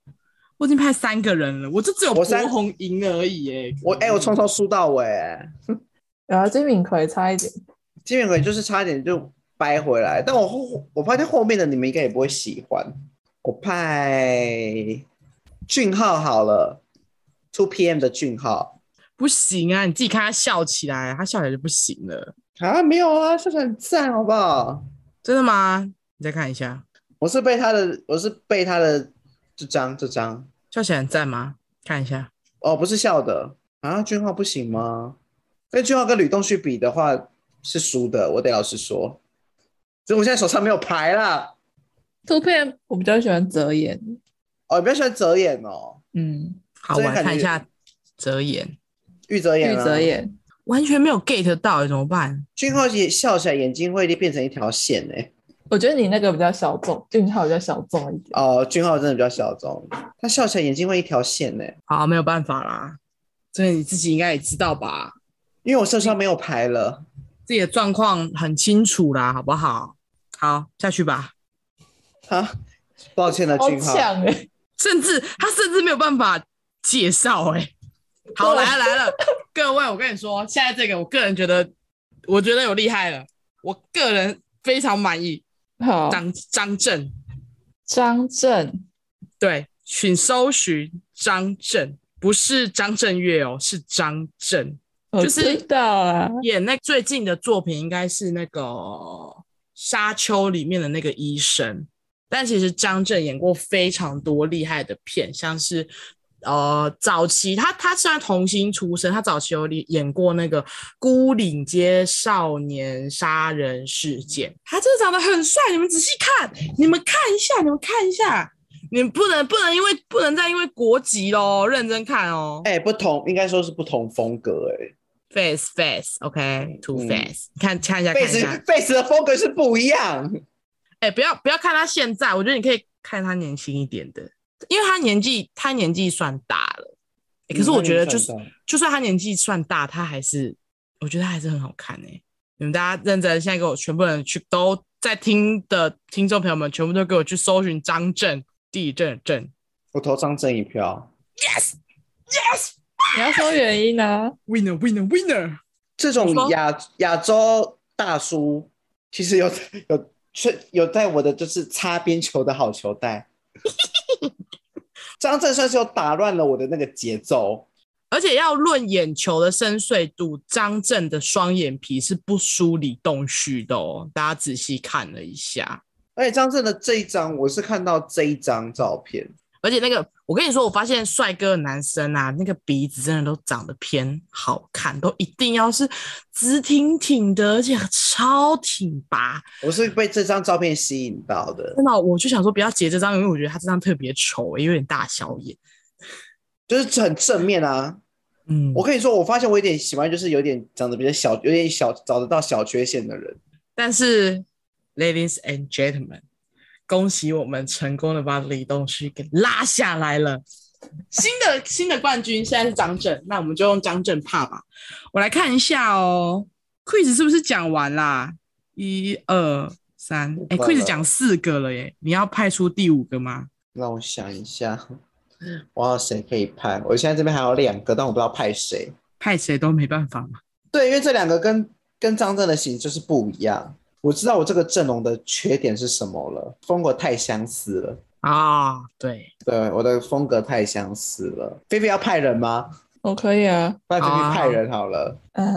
Speaker 1: 我已经派三个人了，我就只有
Speaker 2: 我
Speaker 1: 博
Speaker 2: 三
Speaker 1: 红赢了而已、哎，
Speaker 2: 我哎、我从头输到尾、
Speaker 3: 然后金敏奎差一点，
Speaker 2: 金远奎就是差点就掰回来，但我后我发现后面的你们应该也不会喜欢。我派俊浩好了，Two PM 的俊浩
Speaker 1: 不行啊！你自己看他笑起来，他笑起来就不行了。
Speaker 2: 啊，没有啊，笑起来很赞，好不好？
Speaker 1: 真的吗？你再看一下，
Speaker 2: 我是被他的，我是被他的这张这张
Speaker 1: 笑起来很赞吗？看一下，
Speaker 2: 哦，不是笑的啊，俊浩不行吗？跟俊浩跟吕洞旭比的话是输的，我得老实说，所以我现在手上没有牌啦。
Speaker 3: 图片我比较喜欢泽言，
Speaker 2: 哦，你不要喜欢泽眼哦，
Speaker 3: 嗯，
Speaker 1: 好，我
Speaker 2: 这
Speaker 1: 来
Speaker 2: 个感
Speaker 1: 看一
Speaker 2: 觉
Speaker 1: 下泽言，
Speaker 2: 玉泽
Speaker 3: 玉
Speaker 2: 眼、啊，
Speaker 3: 泽言，
Speaker 1: 完全没有 get 到、哎怎么办？
Speaker 2: 俊浩也笑起来眼睛会变成一条线诶、
Speaker 3: 我觉得你那个比较小众，俊浩比较小众一点。
Speaker 2: 哦，俊浩真的比较小众，他笑起来眼睛会一条线诶、
Speaker 1: 好，没有办法啦。这个你自己应该也知道吧？
Speaker 2: 因为我身上没有牌了。
Speaker 1: 自己的状况很清楚啦，好不好？好，下去吧。
Speaker 2: 啊， 抱歉了，
Speaker 3: 好
Speaker 2: 哦俊浩。
Speaker 3: 呛哎、
Speaker 1: 甚至他甚至没有办法介绍、欸，哎，好
Speaker 3: 对
Speaker 1: 来了来了，各位，我跟你说，现在这个我个人觉得，我觉得有厉害了，我个人非常满意。
Speaker 3: 好，
Speaker 1: 张张震，
Speaker 3: 张震，
Speaker 1: 对，请搜寻张震，不是张震岳哦，是张震，
Speaker 3: 我
Speaker 1: 就是
Speaker 3: 知道啊，
Speaker 1: 演那最近的作品应该是那个《沙丘》里面的那个医生，但其实张震演过非常多厉害的片，像是呃早期他他虽然童星出身，他早期有演过那个《孤岭街少年杀人事件》，他真的长得很帅，你们仔细看，你们看一下，你们看一下。你们不能不能因为不能再因为国籍咯，认真看哦。
Speaker 2: 哎、不同，应该说是不同风格、哎
Speaker 1: face face OK，two
Speaker 2: 嗯
Speaker 1: face，、看看一下
Speaker 2: 哎
Speaker 1: 看一
Speaker 2: ，face
Speaker 1: 下，
Speaker 2: face 的风格是不一样。
Speaker 1: 哎、不要不要看他现在，我觉得你可以看他年轻一点的，因为他年纪他年纪算大了、哎可是我觉得就是、
Speaker 2: 嗯那你算
Speaker 1: 就算他年纪算大，他还是我觉得他还是很好看哎、你们大家认真，现在给我全部人去都在听的听众朋友们，全部都给我去搜寻张震、地震震。
Speaker 2: 我投张震一票。
Speaker 1: Yes Yes
Speaker 3: 你要说原因啊？
Speaker 1: Winner Winner Winner。
Speaker 2: 这种
Speaker 1: 你说
Speaker 2: 亚亚洲大叔，其实有有是有带我的就是擦边球的好球带。张震算是有打乱了我的那个节奏，
Speaker 1: 而且要论眼球的深邃度，张震的双眼皮是不输李栋旭的哦。大家仔细看了一下，
Speaker 2: 而且张震的这一张，我是看到这一张照片，
Speaker 1: 而且那个，我跟你说，我发现帅哥的男生啊，那个鼻子真的都长得偏好看，都一定要是直挺挺的，而且超挺拔。
Speaker 2: 我是被这张照片吸引到的。
Speaker 1: 真的，哦我就想说不要截这张，因为我觉得他这张特别丑，有点大小眼。
Speaker 2: 就是很正面啊！
Speaker 1: 嗯，
Speaker 2: 我跟你说，我发现我有点喜欢，就是有点长得比较小，有点小找得到小缺陷的人。
Speaker 1: 但是，ladies and gentlemen，恭喜我们成功的把李栋旭给拉下来了。新的 新的冠军现在是张震，那我们就用张震怕吧。我来看一下哦，quiz 是不是讲完啦？一二三，哎
Speaker 2: 完了
Speaker 1: ，quiz 讲四个了耶，你要派出第五个吗？
Speaker 2: 让我想一下，我要谁可以拍？我现在这边还有两个，但我不知道拍谁。
Speaker 1: 派谁都没办法嘛。
Speaker 2: 对，因为这两个跟跟张震的型就是不一样。我知道我这个阵容的缺点是什么了，风格太相似了。
Speaker 1: 啊、对，
Speaker 2: 对，我的风格太相似了。菲菲要派人吗？
Speaker 3: 我可以啊，
Speaker 2: 不然菲菲
Speaker 1: 好啊
Speaker 2: 派人好了。
Speaker 3: 嗯、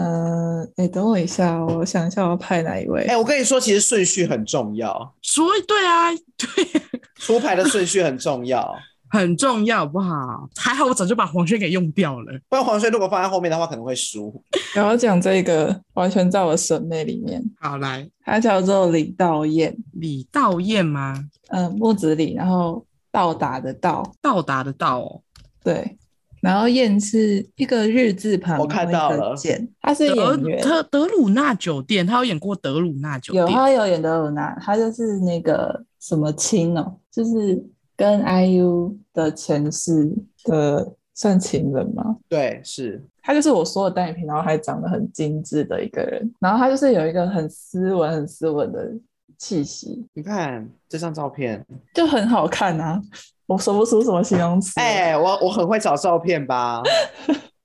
Speaker 3: 呃，哎，等我一下哦，我想一下我要派哪一位
Speaker 2: 哎、。我跟你说，其实顺序很重要，
Speaker 1: 所以对啊， 对，
Speaker 2: 出牌的顺序很重要。
Speaker 1: 很重要，好不好？还好我早就把黄轩给用掉了。
Speaker 2: 不然黄轩如果放在后面的话，可能会输。
Speaker 3: 然后讲这个完全在我的审美里面，
Speaker 1: 好，来
Speaker 3: 他叫做李道彦，
Speaker 1: 李道彦吗？
Speaker 3: 嗯，木子李，然后到达的到，
Speaker 1: 到达的到哦，
Speaker 3: 对，然后彦是一个日字旁，
Speaker 2: 我看到
Speaker 3: 一个
Speaker 2: 了
Speaker 3: 简，他是
Speaker 1: 德
Speaker 3: 演员，
Speaker 1: 德德鲁纳酒店，他有演过德鲁纳酒
Speaker 3: 有啊
Speaker 1: 店，
Speaker 3: 他有演德鲁纳，他就是那个什么青哦，就是跟 IU 的前世的算情人吗？
Speaker 2: 对，是
Speaker 3: 他就是我说的单眼皮，然后还长得很精致的一个人，然后他就是有一个很斯文、很斯文的气息，
Speaker 2: 你看这张照片，
Speaker 3: 就很好看啊。我说不出什么形容词，
Speaker 2: 哎、我我很会找照片吧？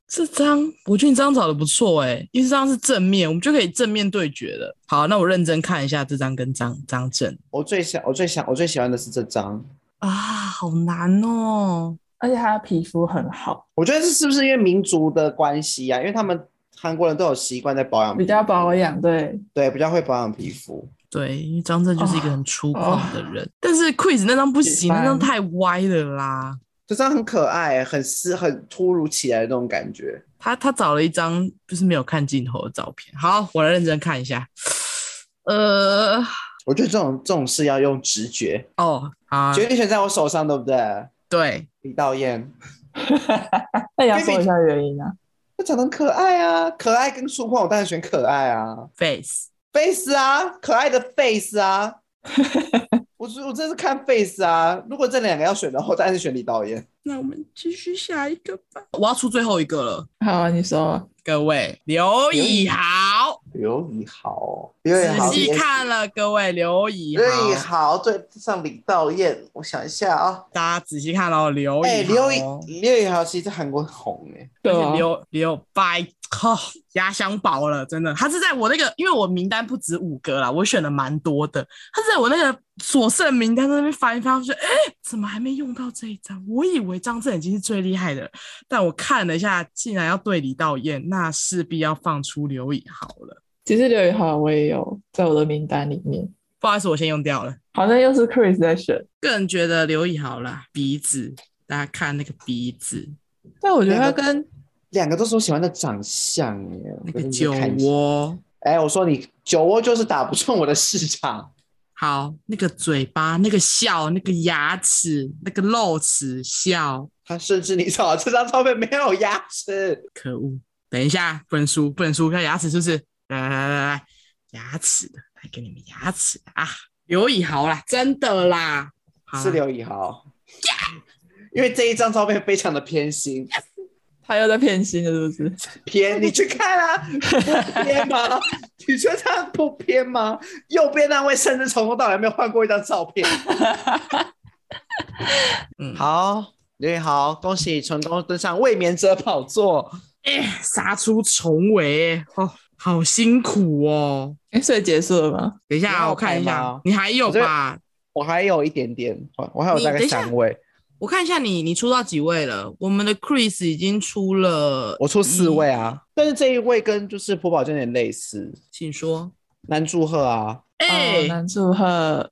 Speaker 1: 这张我觉得你这张找的不错哎、因为这张是正面，我们就可以正面对决了。好，那我认真看一下这张跟张张震
Speaker 2: 我最想，我最想，我最喜欢的是这张。
Speaker 1: 啊，好难哦。
Speaker 3: 而且他的皮肤很好，
Speaker 2: 我觉得这是不是因为民族的关系啊？因为他们韩国人都有习惯在保养皮
Speaker 3: 比
Speaker 2: 肤，
Speaker 3: 较保养，对，
Speaker 2: 对，比较会保养皮肤。
Speaker 1: 对，因为张震就是一个
Speaker 3: 哦
Speaker 1: 很粗犷的人，但是 Quiz 那张不
Speaker 3: 喜
Speaker 1: 行，
Speaker 3: 欢
Speaker 1: 那张太歪了啦。
Speaker 2: 这张很可爱，很丝，很突如其来的那种感觉。
Speaker 1: 他他找了一张就是没有看镜头的照片。好，我来认真看一下。呃，
Speaker 2: 我觉得这种这种事要用直觉，
Speaker 1: 哦，好啊，
Speaker 2: 决定权在我手上，对不对？
Speaker 1: 对，
Speaker 2: 李道彦，
Speaker 3: 那也要说一下原因啊。
Speaker 2: 他长得很可爱啊，可爱跟粗犷，我当然选可爱啊
Speaker 1: face。
Speaker 2: ，face 啊，可爱的 face 啊。我是我真是看 face 啊。如果这两个要选的话，我当然是选李导演。
Speaker 1: 那我们继续下一个吧。我要出最后一个了，
Speaker 3: 好啊，你说啊，
Speaker 1: 各位刘以豪，
Speaker 2: 刘以豪，刘以豪
Speaker 1: 仔
Speaker 2: 也
Speaker 1: 细
Speaker 2: 是，
Speaker 1: 看了各位刘以
Speaker 2: 刘以
Speaker 1: 豪，
Speaker 2: 豪对上李导演，我想一下啊，
Speaker 1: 大家仔细看哦，刘
Speaker 2: 哎、
Speaker 1: 以
Speaker 2: 刘
Speaker 1: 豪，
Speaker 2: 以刘以豪其实在韩国很红哎、
Speaker 1: 而
Speaker 3: 对
Speaker 1: 且
Speaker 3: 啊，
Speaker 1: 刘刘拜靠压箱宝了，真的，他是在我那个，因为我名单不止五个啦，我选了蛮多的，他是在我那个所剩名单那边翻一翻，我说，哎、怎么还没用到这一张？我以为张震已经是最厉害的了，但我看了一下，竟然要对李道彦，那势必要放出刘以豪了。
Speaker 3: 其实刘宇豪我也有在我的名单里面，
Speaker 1: 不好意思，我先用掉了。
Speaker 3: 好像又是 Chris 在选，
Speaker 1: 个人觉得刘以豪啦，鼻子，大家看那个鼻子，
Speaker 3: 但我觉得他
Speaker 2: 那个
Speaker 3: 跟
Speaker 2: 两个都是我喜欢的长相耶，
Speaker 1: 那
Speaker 2: 我
Speaker 1: 个
Speaker 2: 真的
Speaker 1: 酒
Speaker 2: 看一下。
Speaker 1: 窝，
Speaker 2: 哎、我说你酒窝就是打不中我的市场，
Speaker 1: 好，那个嘴巴，那个笑，那个牙齿，那个露齿笑，
Speaker 2: 他甚至你知道这张照片没有牙齿，
Speaker 1: 可恶！等一下，不能输，不能输，看牙齿是不是？来来来来来，牙齿的，来给你们牙齿的啊！刘以豪啦，真的啦，好啦
Speaker 2: 是刘以豪。因为这一张照片非常的偏心，
Speaker 3: 他又在偏心了，是不是？
Speaker 2: 偏你去看啊，不偏吗？你觉得他不偏吗？右边那位甚至从头到尾没有换过一张照片。
Speaker 1: 嗯
Speaker 2: 好，刘以豪，恭喜你成功登上卫冕者宝座。
Speaker 1: 哎、杀出重围、哦，好辛苦哦。
Speaker 3: 哎，所以结束了吗？
Speaker 1: 等一
Speaker 2: 你
Speaker 1: 下，啊
Speaker 2: 还有
Speaker 1: 我看一
Speaker 2: 牌
Speaker 1: 下
Speaker 2: 吗，
Speaker 1: 你还有
Speaker 2: 我这边
Speaker 1: 吧？
Speaker 2: 我还有一点点，我我还有
Speaker 1: 你
Speaker 2: 大概
Speaker 1: 等一下
Speaker 2: 三位，
Speaker 1: 我看一下你，你出到几位了？我们的 Chris 已经出了，
Speaker 2: 我出四位
Speaker 1: 嗯
Speaker 2: 啊。但是这一位跟就是朴宝剑有点类似，
Speaker 1: 请说。
Speaker 2: 男祝贺啊，
Speaker 1: 哎、
Speaker 3: 哦，男祝贺，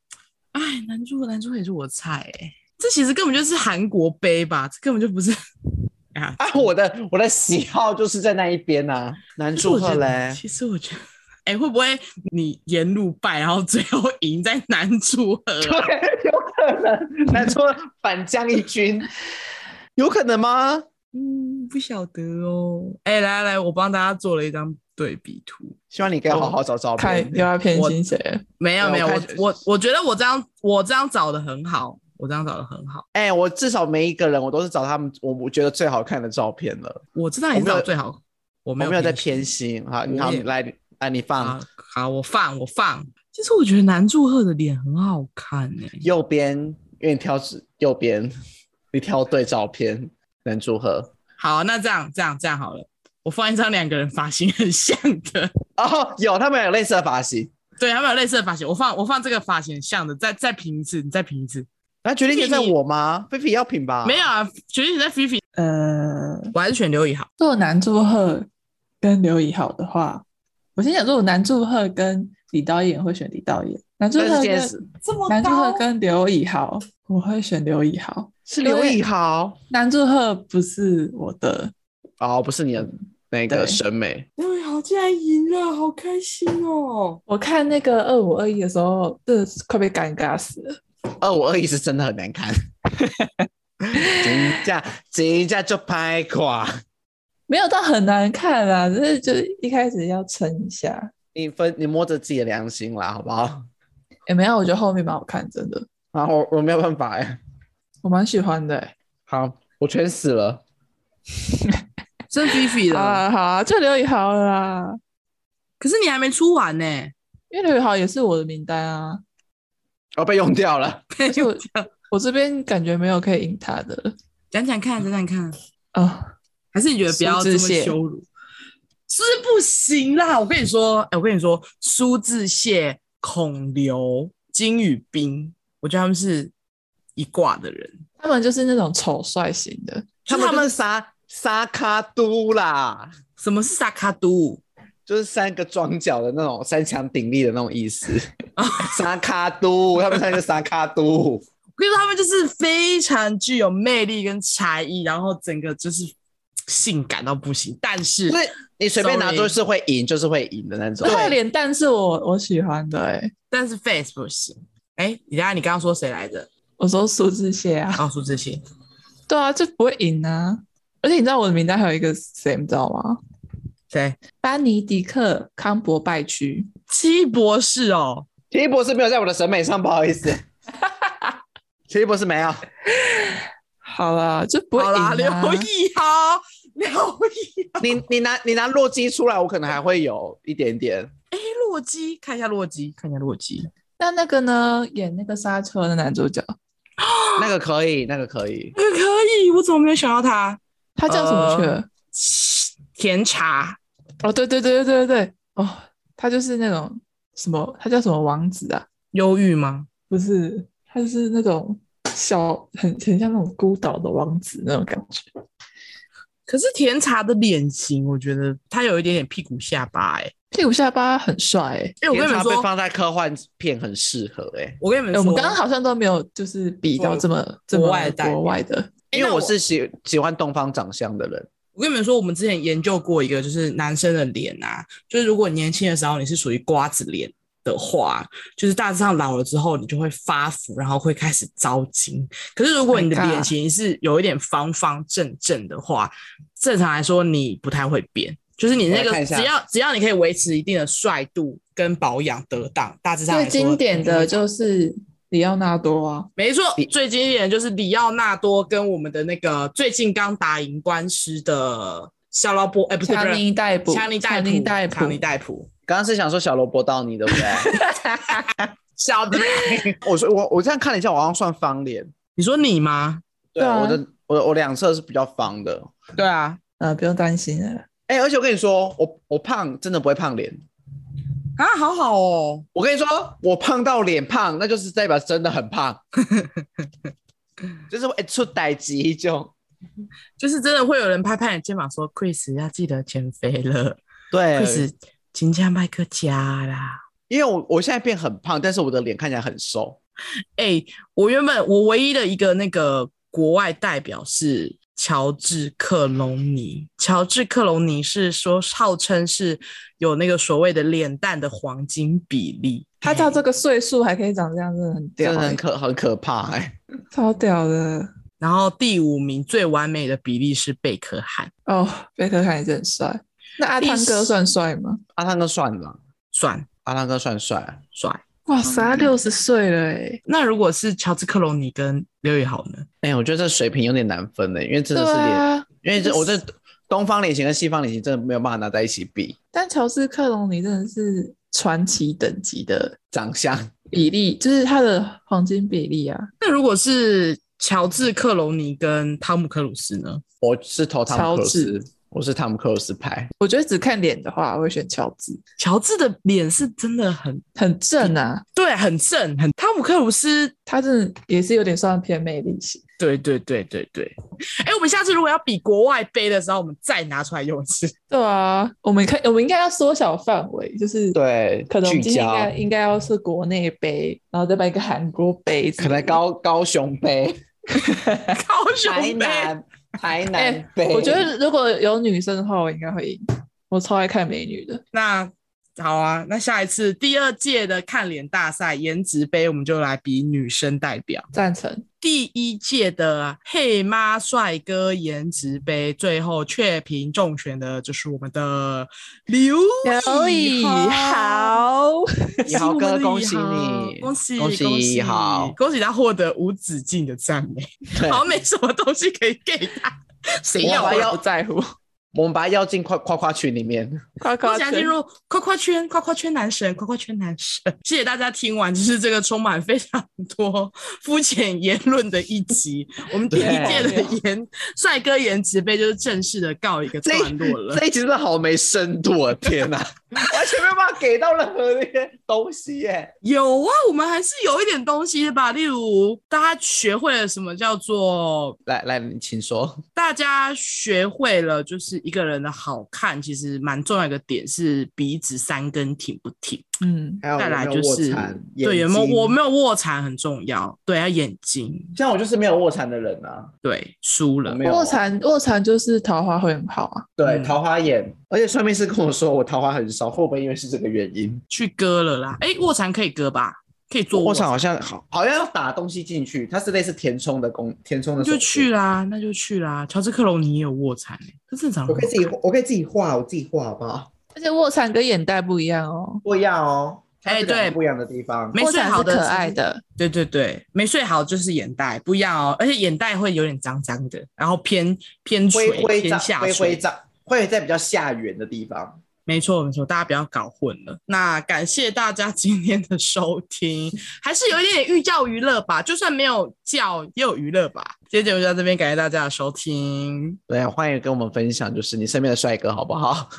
Speaker 1: 哎，男主男主也是我的菜哎、这其实根本就是韩国杯吧，这根本就不是啊。
Speaker 2: 啊，我的我的喜好就是在那一边啊，男
Speaker 1: 其实我
Speaker 2: 祝
Speaker 1: 觉
Speaker 2: 贺
Speaker 1: 得
Speaker 2: 嘞。
Speaker 1: 其实我觉得，哎、会不会你沿路败，然后最后赢在男主 和、啊？
Speaker 2: 对，有可能，男祝贺反将一军， 有可能吗？
Speaker 1: 嗯，不晓得哦。哎、来来来，我帮大家做了一张对比图。
Speaker 2: 希望你可以好好找照
Speaker 3: 看
Speaker 1: 哦
Speaker 2: 片
Speaker 3: 又。要偏
Speaker 1: 我
Speaker 3: 心谁了？
Speaker 1: 没有
Speaker 2: 对
Speaker 1: 没有，
Speaker 2: 我
Speaker 1: 我
Speaker 2: 看
Speaker 1: 我我觉得我这样我这样找的很好，我这样找的很好。
Speaker 2: 哎、我至少每一个人，我都是找他们我我觉得最好看的照片了，
Speaker 1: 我知道你
Speaker 2: 我没有
Speaker 1: 找最好，我
Speaker 2: 我
Speaker 1: 没有
Speaker 2: 没有在
Speaker 1: 偏
Speaker 2: 偏心。好，你
Speaker 1: 我
Speaker 2: 好，
Speaker 1: 也
Speaker 2: 你来，你来你放
Speaker 1: 啊。好，我放我放。其实我觉得男祝贺的脸很好看哎、
Speaker 2: 右边，因为你挑是右边，你挑对照片，男祝贺。
Speaker 1: 好，那这样这样这样好了，我放一张两个人发型很像的，
Speaker 2: 哦，有他们有类似的发型，
Speaker 1: 对他们有类似的发型，我放我放这个发型很像的，再再评一次，你再评一次。
Speaker 2: 那决定权在
Speaker 1: 你
Speaker 2: 我吗？菲菲要品吧？
Speaker 1: 没有啊，决定你在菲菲，
Speaker 3: 呃，
Speaker 1: 我还是选刘以豪。
Speaker 3: 如果男祝贺跟刘以豪的话，我先想说，我男祝贺跟李导演会选李导演，男祝
Speaker 2: 但
Speaker 3: 贺
Speaker 2: 是今
Speaker 3: 跟
Speaker 2: 天是
Speaker 1: 这么
Speaker 3: 男祝贺跟刘以豪，我会选刘以豪。
Speaker 2: 是刘以豪
Speaker 3: 男祝贺不是我的，
Speaker 2: 哦，不是你的那
Speaker 3: 对
Speaker 2: 个审美，
Speaker 1: 刘以豪竟然赢了，好开心哦！
Speaker 3: 我看那个二五二一的时候，真的是快被尴尬死了。
Speaker 2: 二哦五二一是真的很难 看，金价金价就拍垮。
Speaker 3: 没有到很难看啦，只是就是一开始要撑一下。
Speaker 2: 你分你摸着自己的良心啦，好不好？
Speaker 3: 也没有，我觉得后面蛮好看，真的，
Speaker 2: 然后我我没有办法哎、
Speaker 3: 我蛮喜欢的、欸。
Speaker 2: 好，我全死了。
Speaker 1: 真菲菲
Speaker 3: 好
Speaker 1: 了，
Speaker 3: 啊，好啊，就刘以豪了啦，
Speaker 1: 可是你还没出完呢、
Speaker 3: 因为刘以豪也是我的名单啊。
Speaker 2: 哦，被用掉了。
Speaker 3: 而且我我这边感觉没有可以赢他的了
Speaker 1: 讲讲看，讲讲看，哦
Speaker 3: 啊、
Speaker 1: 还是你觉得不要这
Speaker 3: 苏
Speaker 1: 么
Speaker 3: 志燮
Speaker 1: 羞辱？是不行啦！我跟你说，哎、我跟你说，苏志燮、孔刘、金宇彬，我觉得他们是一挂的人。
Speaker 3: 他们就是那种丑帅型的，
Speaker 1: 就
Speaker 2: 他
Speaker 1: 是
Speaker 2: 们
Speaker 1: 他
Speaker 2: 就
Speaker 1: 们
Speaker 2: 是沙沙卡都啦，
Speaker 1: 什么是萨卡都？
Speaker 2: 就是三个庄脚的那种三强鼎立的那种意思。 沙卡都，他们三个沙卡都，
Speaker 1: 我跟你说，他们就是非常具有魅力跟才艺，然后整个就是性感到不行。但是
Speaker 2: 就是你随便拿
Speaker 1: Sorry
Speaker 2: 就是会赢，就是会赢的那种。
Speaker 3: 他的脸蛋是我我喜欢的哎、
Speaker 1: 但是 face 不行。哎、李佳，你刚刚说谁来着？哦
Speaker 3: 我说苏志燮啊，
Speaker 1: 告诉这些，
Speaker 3: 对啊，就不会赢啊。而且你知道我的名单还有一个谁，你知道吗？
Speaker 1: 谁？
Speaker 3: 班尼迪克康伯拜区，
Speaker 1: 七博士哦，
Speaker 2: 奇异博士没有在我的审美上，不好意思。其实不是没有，
Speaker 3: 好啦，就不会
Speaker 1: 好
Speaker 3: 赢、
Speaker 1: 啦，
Speaker 3: 啊。
Speaker 1: 刘毅好， 刘毅好。
Speaker 2: 你你拿你拿洛基出来，我可能还会有一点点。
Speaker 1: 哎，洛基，看一下洛基，看一下洛基。
Speaker 3: 那那个呢？演那个刹车的男主角，
Speaker 2: 那个可以，那个可以。
Speaker 1: 嗯，可以，我怎么没有想到他？
Speaker 3: 他叫什
Speaker 1: 呃
Speaker 3: 么去了？
Speaker 1: 甜茶
Speaker 3: 哦，对对对对对对，哦，他就是那种什么，他叫什么王子啊？
Speaker 1: 忧郁吗？
Speaker 3: 不是，他就是那种小，很很像那种孤岛的王子那种感觉。
Speaker 1: 可是甜茶的脸型，我觉得他有一点点屁股下巴、欸，哎，
Speaker 3: 屁股下巴很帅、欸，
Speaker 1: 哎，我跟你们
Speaker 2: 甜茶被
Speaker 1: 说，
Speaker 2: 放在科幻片很适合哎、
Speaker 1: 我跟你们说，
Speaker 3: 欸我们刚刚好像都没有就是比到这么这么
Speaker 1: 国外的代表
Speaker 3: 国外的，
Speaker 1: 欸
Speaker 2: 因
Speaker 1: 那
Speaker 2: 为我
Speaker 1: 我
Speaker 2: 是喜喜欢东方长相的人。
Speaker 1: 我跟你们说，我们之前研究过一个，就是男生的脸啊，就是如果你年轻的时候你是属于瓜子脸的话，就是大致上老了之后你就会发福，然后会开始糟筋。可是如果你的
Speaker 3: Oh My God
Speaker 1: 脸型是有一点方方正正的话，正常来说你不太会变，就是你那
Speaker 2: 我来
Speaker 1: 个
Speaker 2: 看一下
Speaker 1: 只要只要你可以维持一定的帅度跟保养得当，大致上来
Speaker 3: 最
Speaker 1: 说
Speaker 3: 经典的
Speaker 1: 你就会
Speaker 3: 就是里奥纳多啊，
Speaker 1: 没错，最经典的就是里奥纳多跟我们的那个最近刚打赢官司的肖劳波，哎、不是不
Speaker 3: 强
Speaker 1: 是
Speaker 3: 尼戴普，
Speaker 1: 强尼戴
Speaker 3: 强
Speaker 1: 普，
Speaker 3: 尼戴普
Speaker 1: 强尼，戴普，
Speaker 2: 刚刚是想说小萝卜到你对不对？
Speaker 1: 小的，
Speaker 2: 我说我我这样看了一下，我好像算方脸。
Speaker 1: 你说你吗？
Speaker 2: 对，
Speaker 3: 对啊
Speaker 2: 我的我的我两侧是比较方的。
Speaker 1: 对啊，
Speaker 3: 呃，不用担心了。
Speaker 2: 哎、而且我跟你说，我我胖真的不会胖脸。
Speaker 1: 啊，好好哦，
Speaker 2: 我跟你说，我胖到脸胖，那就是代表真的 很胖，就是会出歹疾就。
Speaker 1: 就是真的会有人拍拍你肩膀说，Chris 要记得减肥了
Speaker 2: 对，
Speaker 1: ，Chris 请加麦克加啦。
Speaker 2: 因为我我现在变很胖，但是我的脸看起来很瘦。
Speaker 1: 哎、我原本我唯一的一个那个国外代表是乔治克隆尼，乔治克隆尼是说号称是有那个所谓的脸蛋的黄金比例，
Speaker 3: 他到这个岁数还可以长这样，真的很屌
Speaker 2: 真的
Speaker 3: 欸、
Speaker 2: 很可很可怕哎、
Speaker 3: 超屌的
Speaker 1: 然后第五名最完美的比例是贝克汉，
Speaker 3: 哦！贝克汉也是很帅，那阿汤哥算帅吗？
Speaker 2: 阿汤哥算了，
Speaker 1: 算
Speaker 2: 阿汤哥算帅，
Speaker 1: 帅。
Speaker 3: 哇塞，他六十岁了哎，
Speaker 1: 那如果是乔治克隆尼跟刘宇豪呢？
Speaker 2: 哎、我觉得这水平有点难分的、因为真
Speaker 3: 对
Speaker 2: 的是脸，
Speaker 3: 啊。
Speaker 2: 因为这
Speaker 3: 这
Speaker 2: 我
Speaker 3: 个
Speaker 2: 这
Speaker 3: 是
Speaker 2: 东方脸型跟西方脸型真的没有办法拿在一起比
Speaker 3: 但乔斯克隆尼真的是传奇等级的
Speaker 2: 长相。
Speaker 3: 比例，就是他的黄金比例啊，
Speaker 1: 那如果是乔治克隆尼跟汤姆克鲁斯呢？
Speaker 2: 我是投汤姆克鲁
Speaker 3: 乔
Speaker 2: 斯，我是汤姆克鲁斯派。
Speaker 3: 我觉得只看脸的话，我会选乔治，
Speaker 1: 乔治的脸是真的很
Speaker 3: 很正啊，
Speaker 1: 对，很正，很汤姆克鲁斯。
Speaker 3: 他真的也是有点算偏魅力型。
Speaker 1: 对对对对对，哎，我们下次如果要比国外杯的时候，我们再拿出来用一次。
Speaker 3: 对啊，我们看我们应该要缩小范围，就是，
Speaker 2: 对，
Speaker 3: 可能我
Speaker 2: 聚
Speaker 3: 们今天应
Speaker 2: 焦，
Speaker 3: 该应该要是国内杯，然后再办一个韩国杯之
Speaker 2: 可
Speaker 3: 类的，
Speaker 2: 能 高高雄杯、
Speaker 1: 高
Speaker 2: 台
Speaker 1: 雄杯，
Speaker 2: 南、台
Speaker 3: 哎
Speaker 2: 南杯。
Speaker 3: 我觉得如果有女生的话，我应该会赢。我超爱看美女的，
Speaker 1: 那好啊，那下一次第二届的看脸大赛颜值杯，我们就来比女生代表。
Speaker 3: 赞成。
Speaker 1: 第一届的黑妈帅哥颜值杯，最后确评中选的就是我们的刘以豪。
Speaker 2: 以豪哥，恭喜
Speaker 1: 我们的
Speaker 2: 你，
Speaker 1: 以豪恭喜
Speaker 2: 恭喜以豪，
Speaker 1: 恭喜他获得无止境的赞 美，
Speaker 2: 对
Speaker 1: 好像没什么东西可以给他，谁
Speaker 2: 我
Speaker 1: 要
Speaker 2: 还
Speaker 1: 啊？
Speaker 2: 要
Speaker 3: 我不在乎，
Speaker 2: 我们把他邀进夸夸夸群里面。
Speaker 3: 夸
Speaker 1: 我
Speaker 3: 夸
Speaker 1: 想进入夸夸圈，夸夸圈男神，夸夸圈男神。 谢谢大家听完，就是这个充满非常多肤浅言论的一集。我们第一届的颜帅哥颜值杯就是正式的告一个
Speaker 2: 这
Speaker 1: 段落了。
Speaker 2: 这一集真的好没深度啊！天哪， 完全没有办法给到任何那些东西耶。
Speaker 1: 有啊，我们还是有一点东西的吧，例如大家学会了什么叫做
Speaker 2: 来来，你请说。
Speaker 1: 大家学会了，就是一个人的好看，其实蛮重要一个点是鼻子三根挺不挺。
Speaker 3: 嗯，
Speaker 2: 还有
Speaker 1: 再来
Speaker 2: 有没有
Speaker 1: 就
Speaker 2: 卧
Speaker 1: 是
Speaker 2: 蚕
Speaker 1: 对，有
Speaker 2: 眼
Speaker 1: 没
Speaker 2: 睛
Speaker 1: 有我没有卧蚕很重要，对，要眼睛，
Speaker 2: 像我就是没有卧蚕的人啊，
Speaker 1: 对，输了
Speaker 2: 我没有
Speaker 3: 卧蚕卧蚕就是桃花会很好啊。
Speaker 2: 对
Speaker 1: 嗯
Speaker 2: 桃花眼，而且算命师跟我说我桃花很少，会不会因为是这个原因？
Speaker 1: 去割了啦。哎，卧蚕可以割吧？可以做
Speaker 2: 卧蚕
Speaker 1: 蚕，
Speaker 2: 好像好好像要打东西进去，它是类似填充的工填充的
Speaker 1: 那
Speaker 2: 手
Speaker 1: 就
Speaker 2: 术，
Speaker 1: 去啦，那就去啦。乔治克隆尼也有卧蚕、欸，这正常
Speaker 2: 我
Speaker 1: 人
Speaker 2: 可以自己我可以自己画，我自己画好不好？
Speaker 3: 而且卧蚕跟眼袋不一样哦，
Speaker 2: 不一样哦，它是
Speaker 1: 哎
Speaker 2: 两个
Speaker 1: 对
Speaker 2: 不一样的地方。
Speaker 1: 没
Speaker 3: 或
Speaker 1: 睡
Speaker 3: 者
Speaker 1: 好
Speaker 3: 是
Speaker 1: 的
Speaker 3: 可
Speaker 1: 其实
Speaker 3: 爱的，
Speaker 1: 对对对，没睡好就是眼袋不一样哦，而且眼袋会有点脏脏的，然后偏偏垂
Speaker 2: 灰灰
Speaker 1: 偏
Speaker 2: 脏，
Speaker 1: 下
Speaker 2: 灰
Speaker 1: 垂，
Speaker 2: 灰脏，会在比较下缘的地方。
Speaker 1: 没错没错，大家不要搞混了。那感谢大家今天的收听，还是有一点点寓教于乐吧，就算没有教也有娱乐吧。今天节目就到这边，感谢大家的收听，
Speaker 2: 对啊，欢迎跟我们分享，就是你身边的帅哥好不好？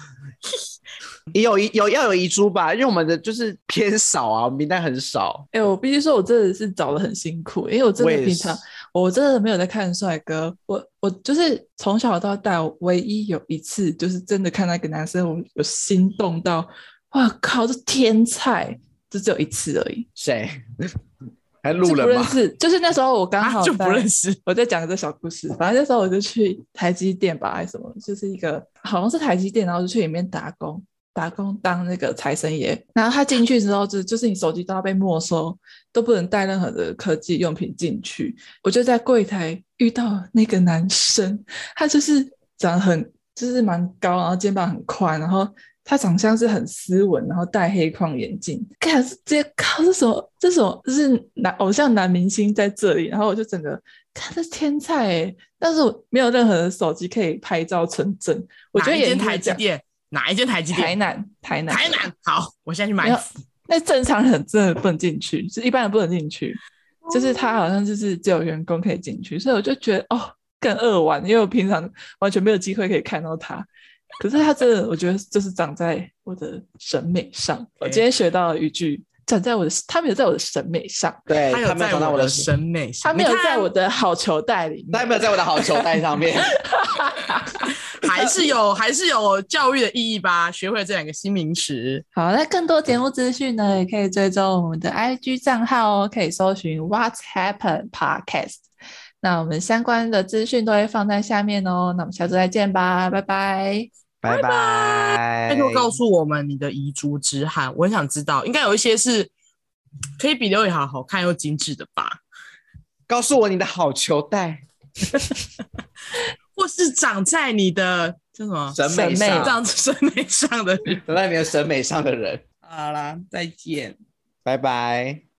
Speaker 2: 也有一有要有遗珠吧，因为我们的就是偏少啊，我们名单很少。
Speaker 3: 哎、我必须说，我真的是找的很辛苦，因为我真
Speaker 2: 我
Speaker 3: 的
Speaker 2: 也
Speaker 3: 平
Speaker 2: 是
Speaker 3: 常我真的没有在看帅哥，我我就是从小到大唯一有一次就是真的看到一个男生，我有心动到，哇靠，这天才，就只有一次而已，
Speaker 2: 谁？ 还
Speaker 3: 就
Speaker 2: 路
Speaker 3: 不
Speaker 2: 人
Speaker 3: 认
Speaker 2: 吗？
Speaker 3: 识，就是那时候我刚
Speaker 1: 啊
Speaker 3: 好
Speaker 1: 就不
Speaker 3: 在
Speaker 1: 认识。
Speaker 3: 我在讲一个小故事，反正那时候我就去台积电吧，还是什么，就是一个好像是台积电，然后就去里面打工，打工当那个财神爷。然后他进去之后就，就是你手机都要被没收，都不能带任何的科技用品进去。我就在柜台遇到那个男生，他就是长得很，就是蛮高，然后肩膀很宽，然后他长相是很斯文，然后戴黑框眼镜，看直接靠这什么这什么，就是男偶像男明星在这里，然后我就整个看这是天才欸，但是我没有任何的手机可以拍照存证，我觉得
Speaker 1: 哪一
Speaker 3: 也
Speaker 1: 间
Speaker 3: 因为
Speaker 1: 台积
Speaker 3: 这样
Speaker 1: 电，哪一间台积电？
Speaker 3: 台南台南
Speaker 1: 台南。好，我现在去
Speaker 3: 没
Speaker 1: 买
Speaker 3: 有
Speaker 1: 死。
Speaker 3: 那正常人真的不能进去，就是一般人不能进去，就是他好像就是只有员工可以进去，所以我就觉得哦更扼腕，因为我平常完全没有机会可以看到他。可是他真的，我觉得就是长在我的审美上。我今天学到了一句，长在我的，他没有在我的审美上，
Speaker 2: 对，
Speaker 1: 他有
Speaker 2: 哎没有
Speaker 1: 在
Speaker 2: 长到
Speaker 1: 我
Speaker 2: 我的
Speaker 1: 的，审美上，
Speaker 3: 他没有
Speaker 1: 你看
Speaker 3: 在我的好球袋里
Speaker 2: 他
Speaker 3: 面。
Speaker 2: 没有在我的好球袋上面。
Speaker 1: 还是有还是有教育的意义吧，学会了这两个新名词。
Speaker 3: 好，那更多节目资讯呢，也可以追踪我们的 IG 账号哦，可以搜寻 What's Happen Podcast。那我们相关的资讯都会放在下面哦。那我们下周再见吧，拜拜。
Speaker 2: 拜拜。
Speaker 1: 拜托告诉我们你的遗珠之憾，我很想知道，应该有一些是可以比刘宇豪好看又精致的吧，
Speaker 2: 告诉我你的好球袋
Speaker 1: 或是长在你的叫什么
Speaker 2: 审美
Speaker 3: 审美
Speaker 2: 上，
Speaker 1: 长审美上的人。
Speaker 2: 长在你的审美上的人。
Speaker 1: 好啦，再见。
Speaker 2: 拜拜。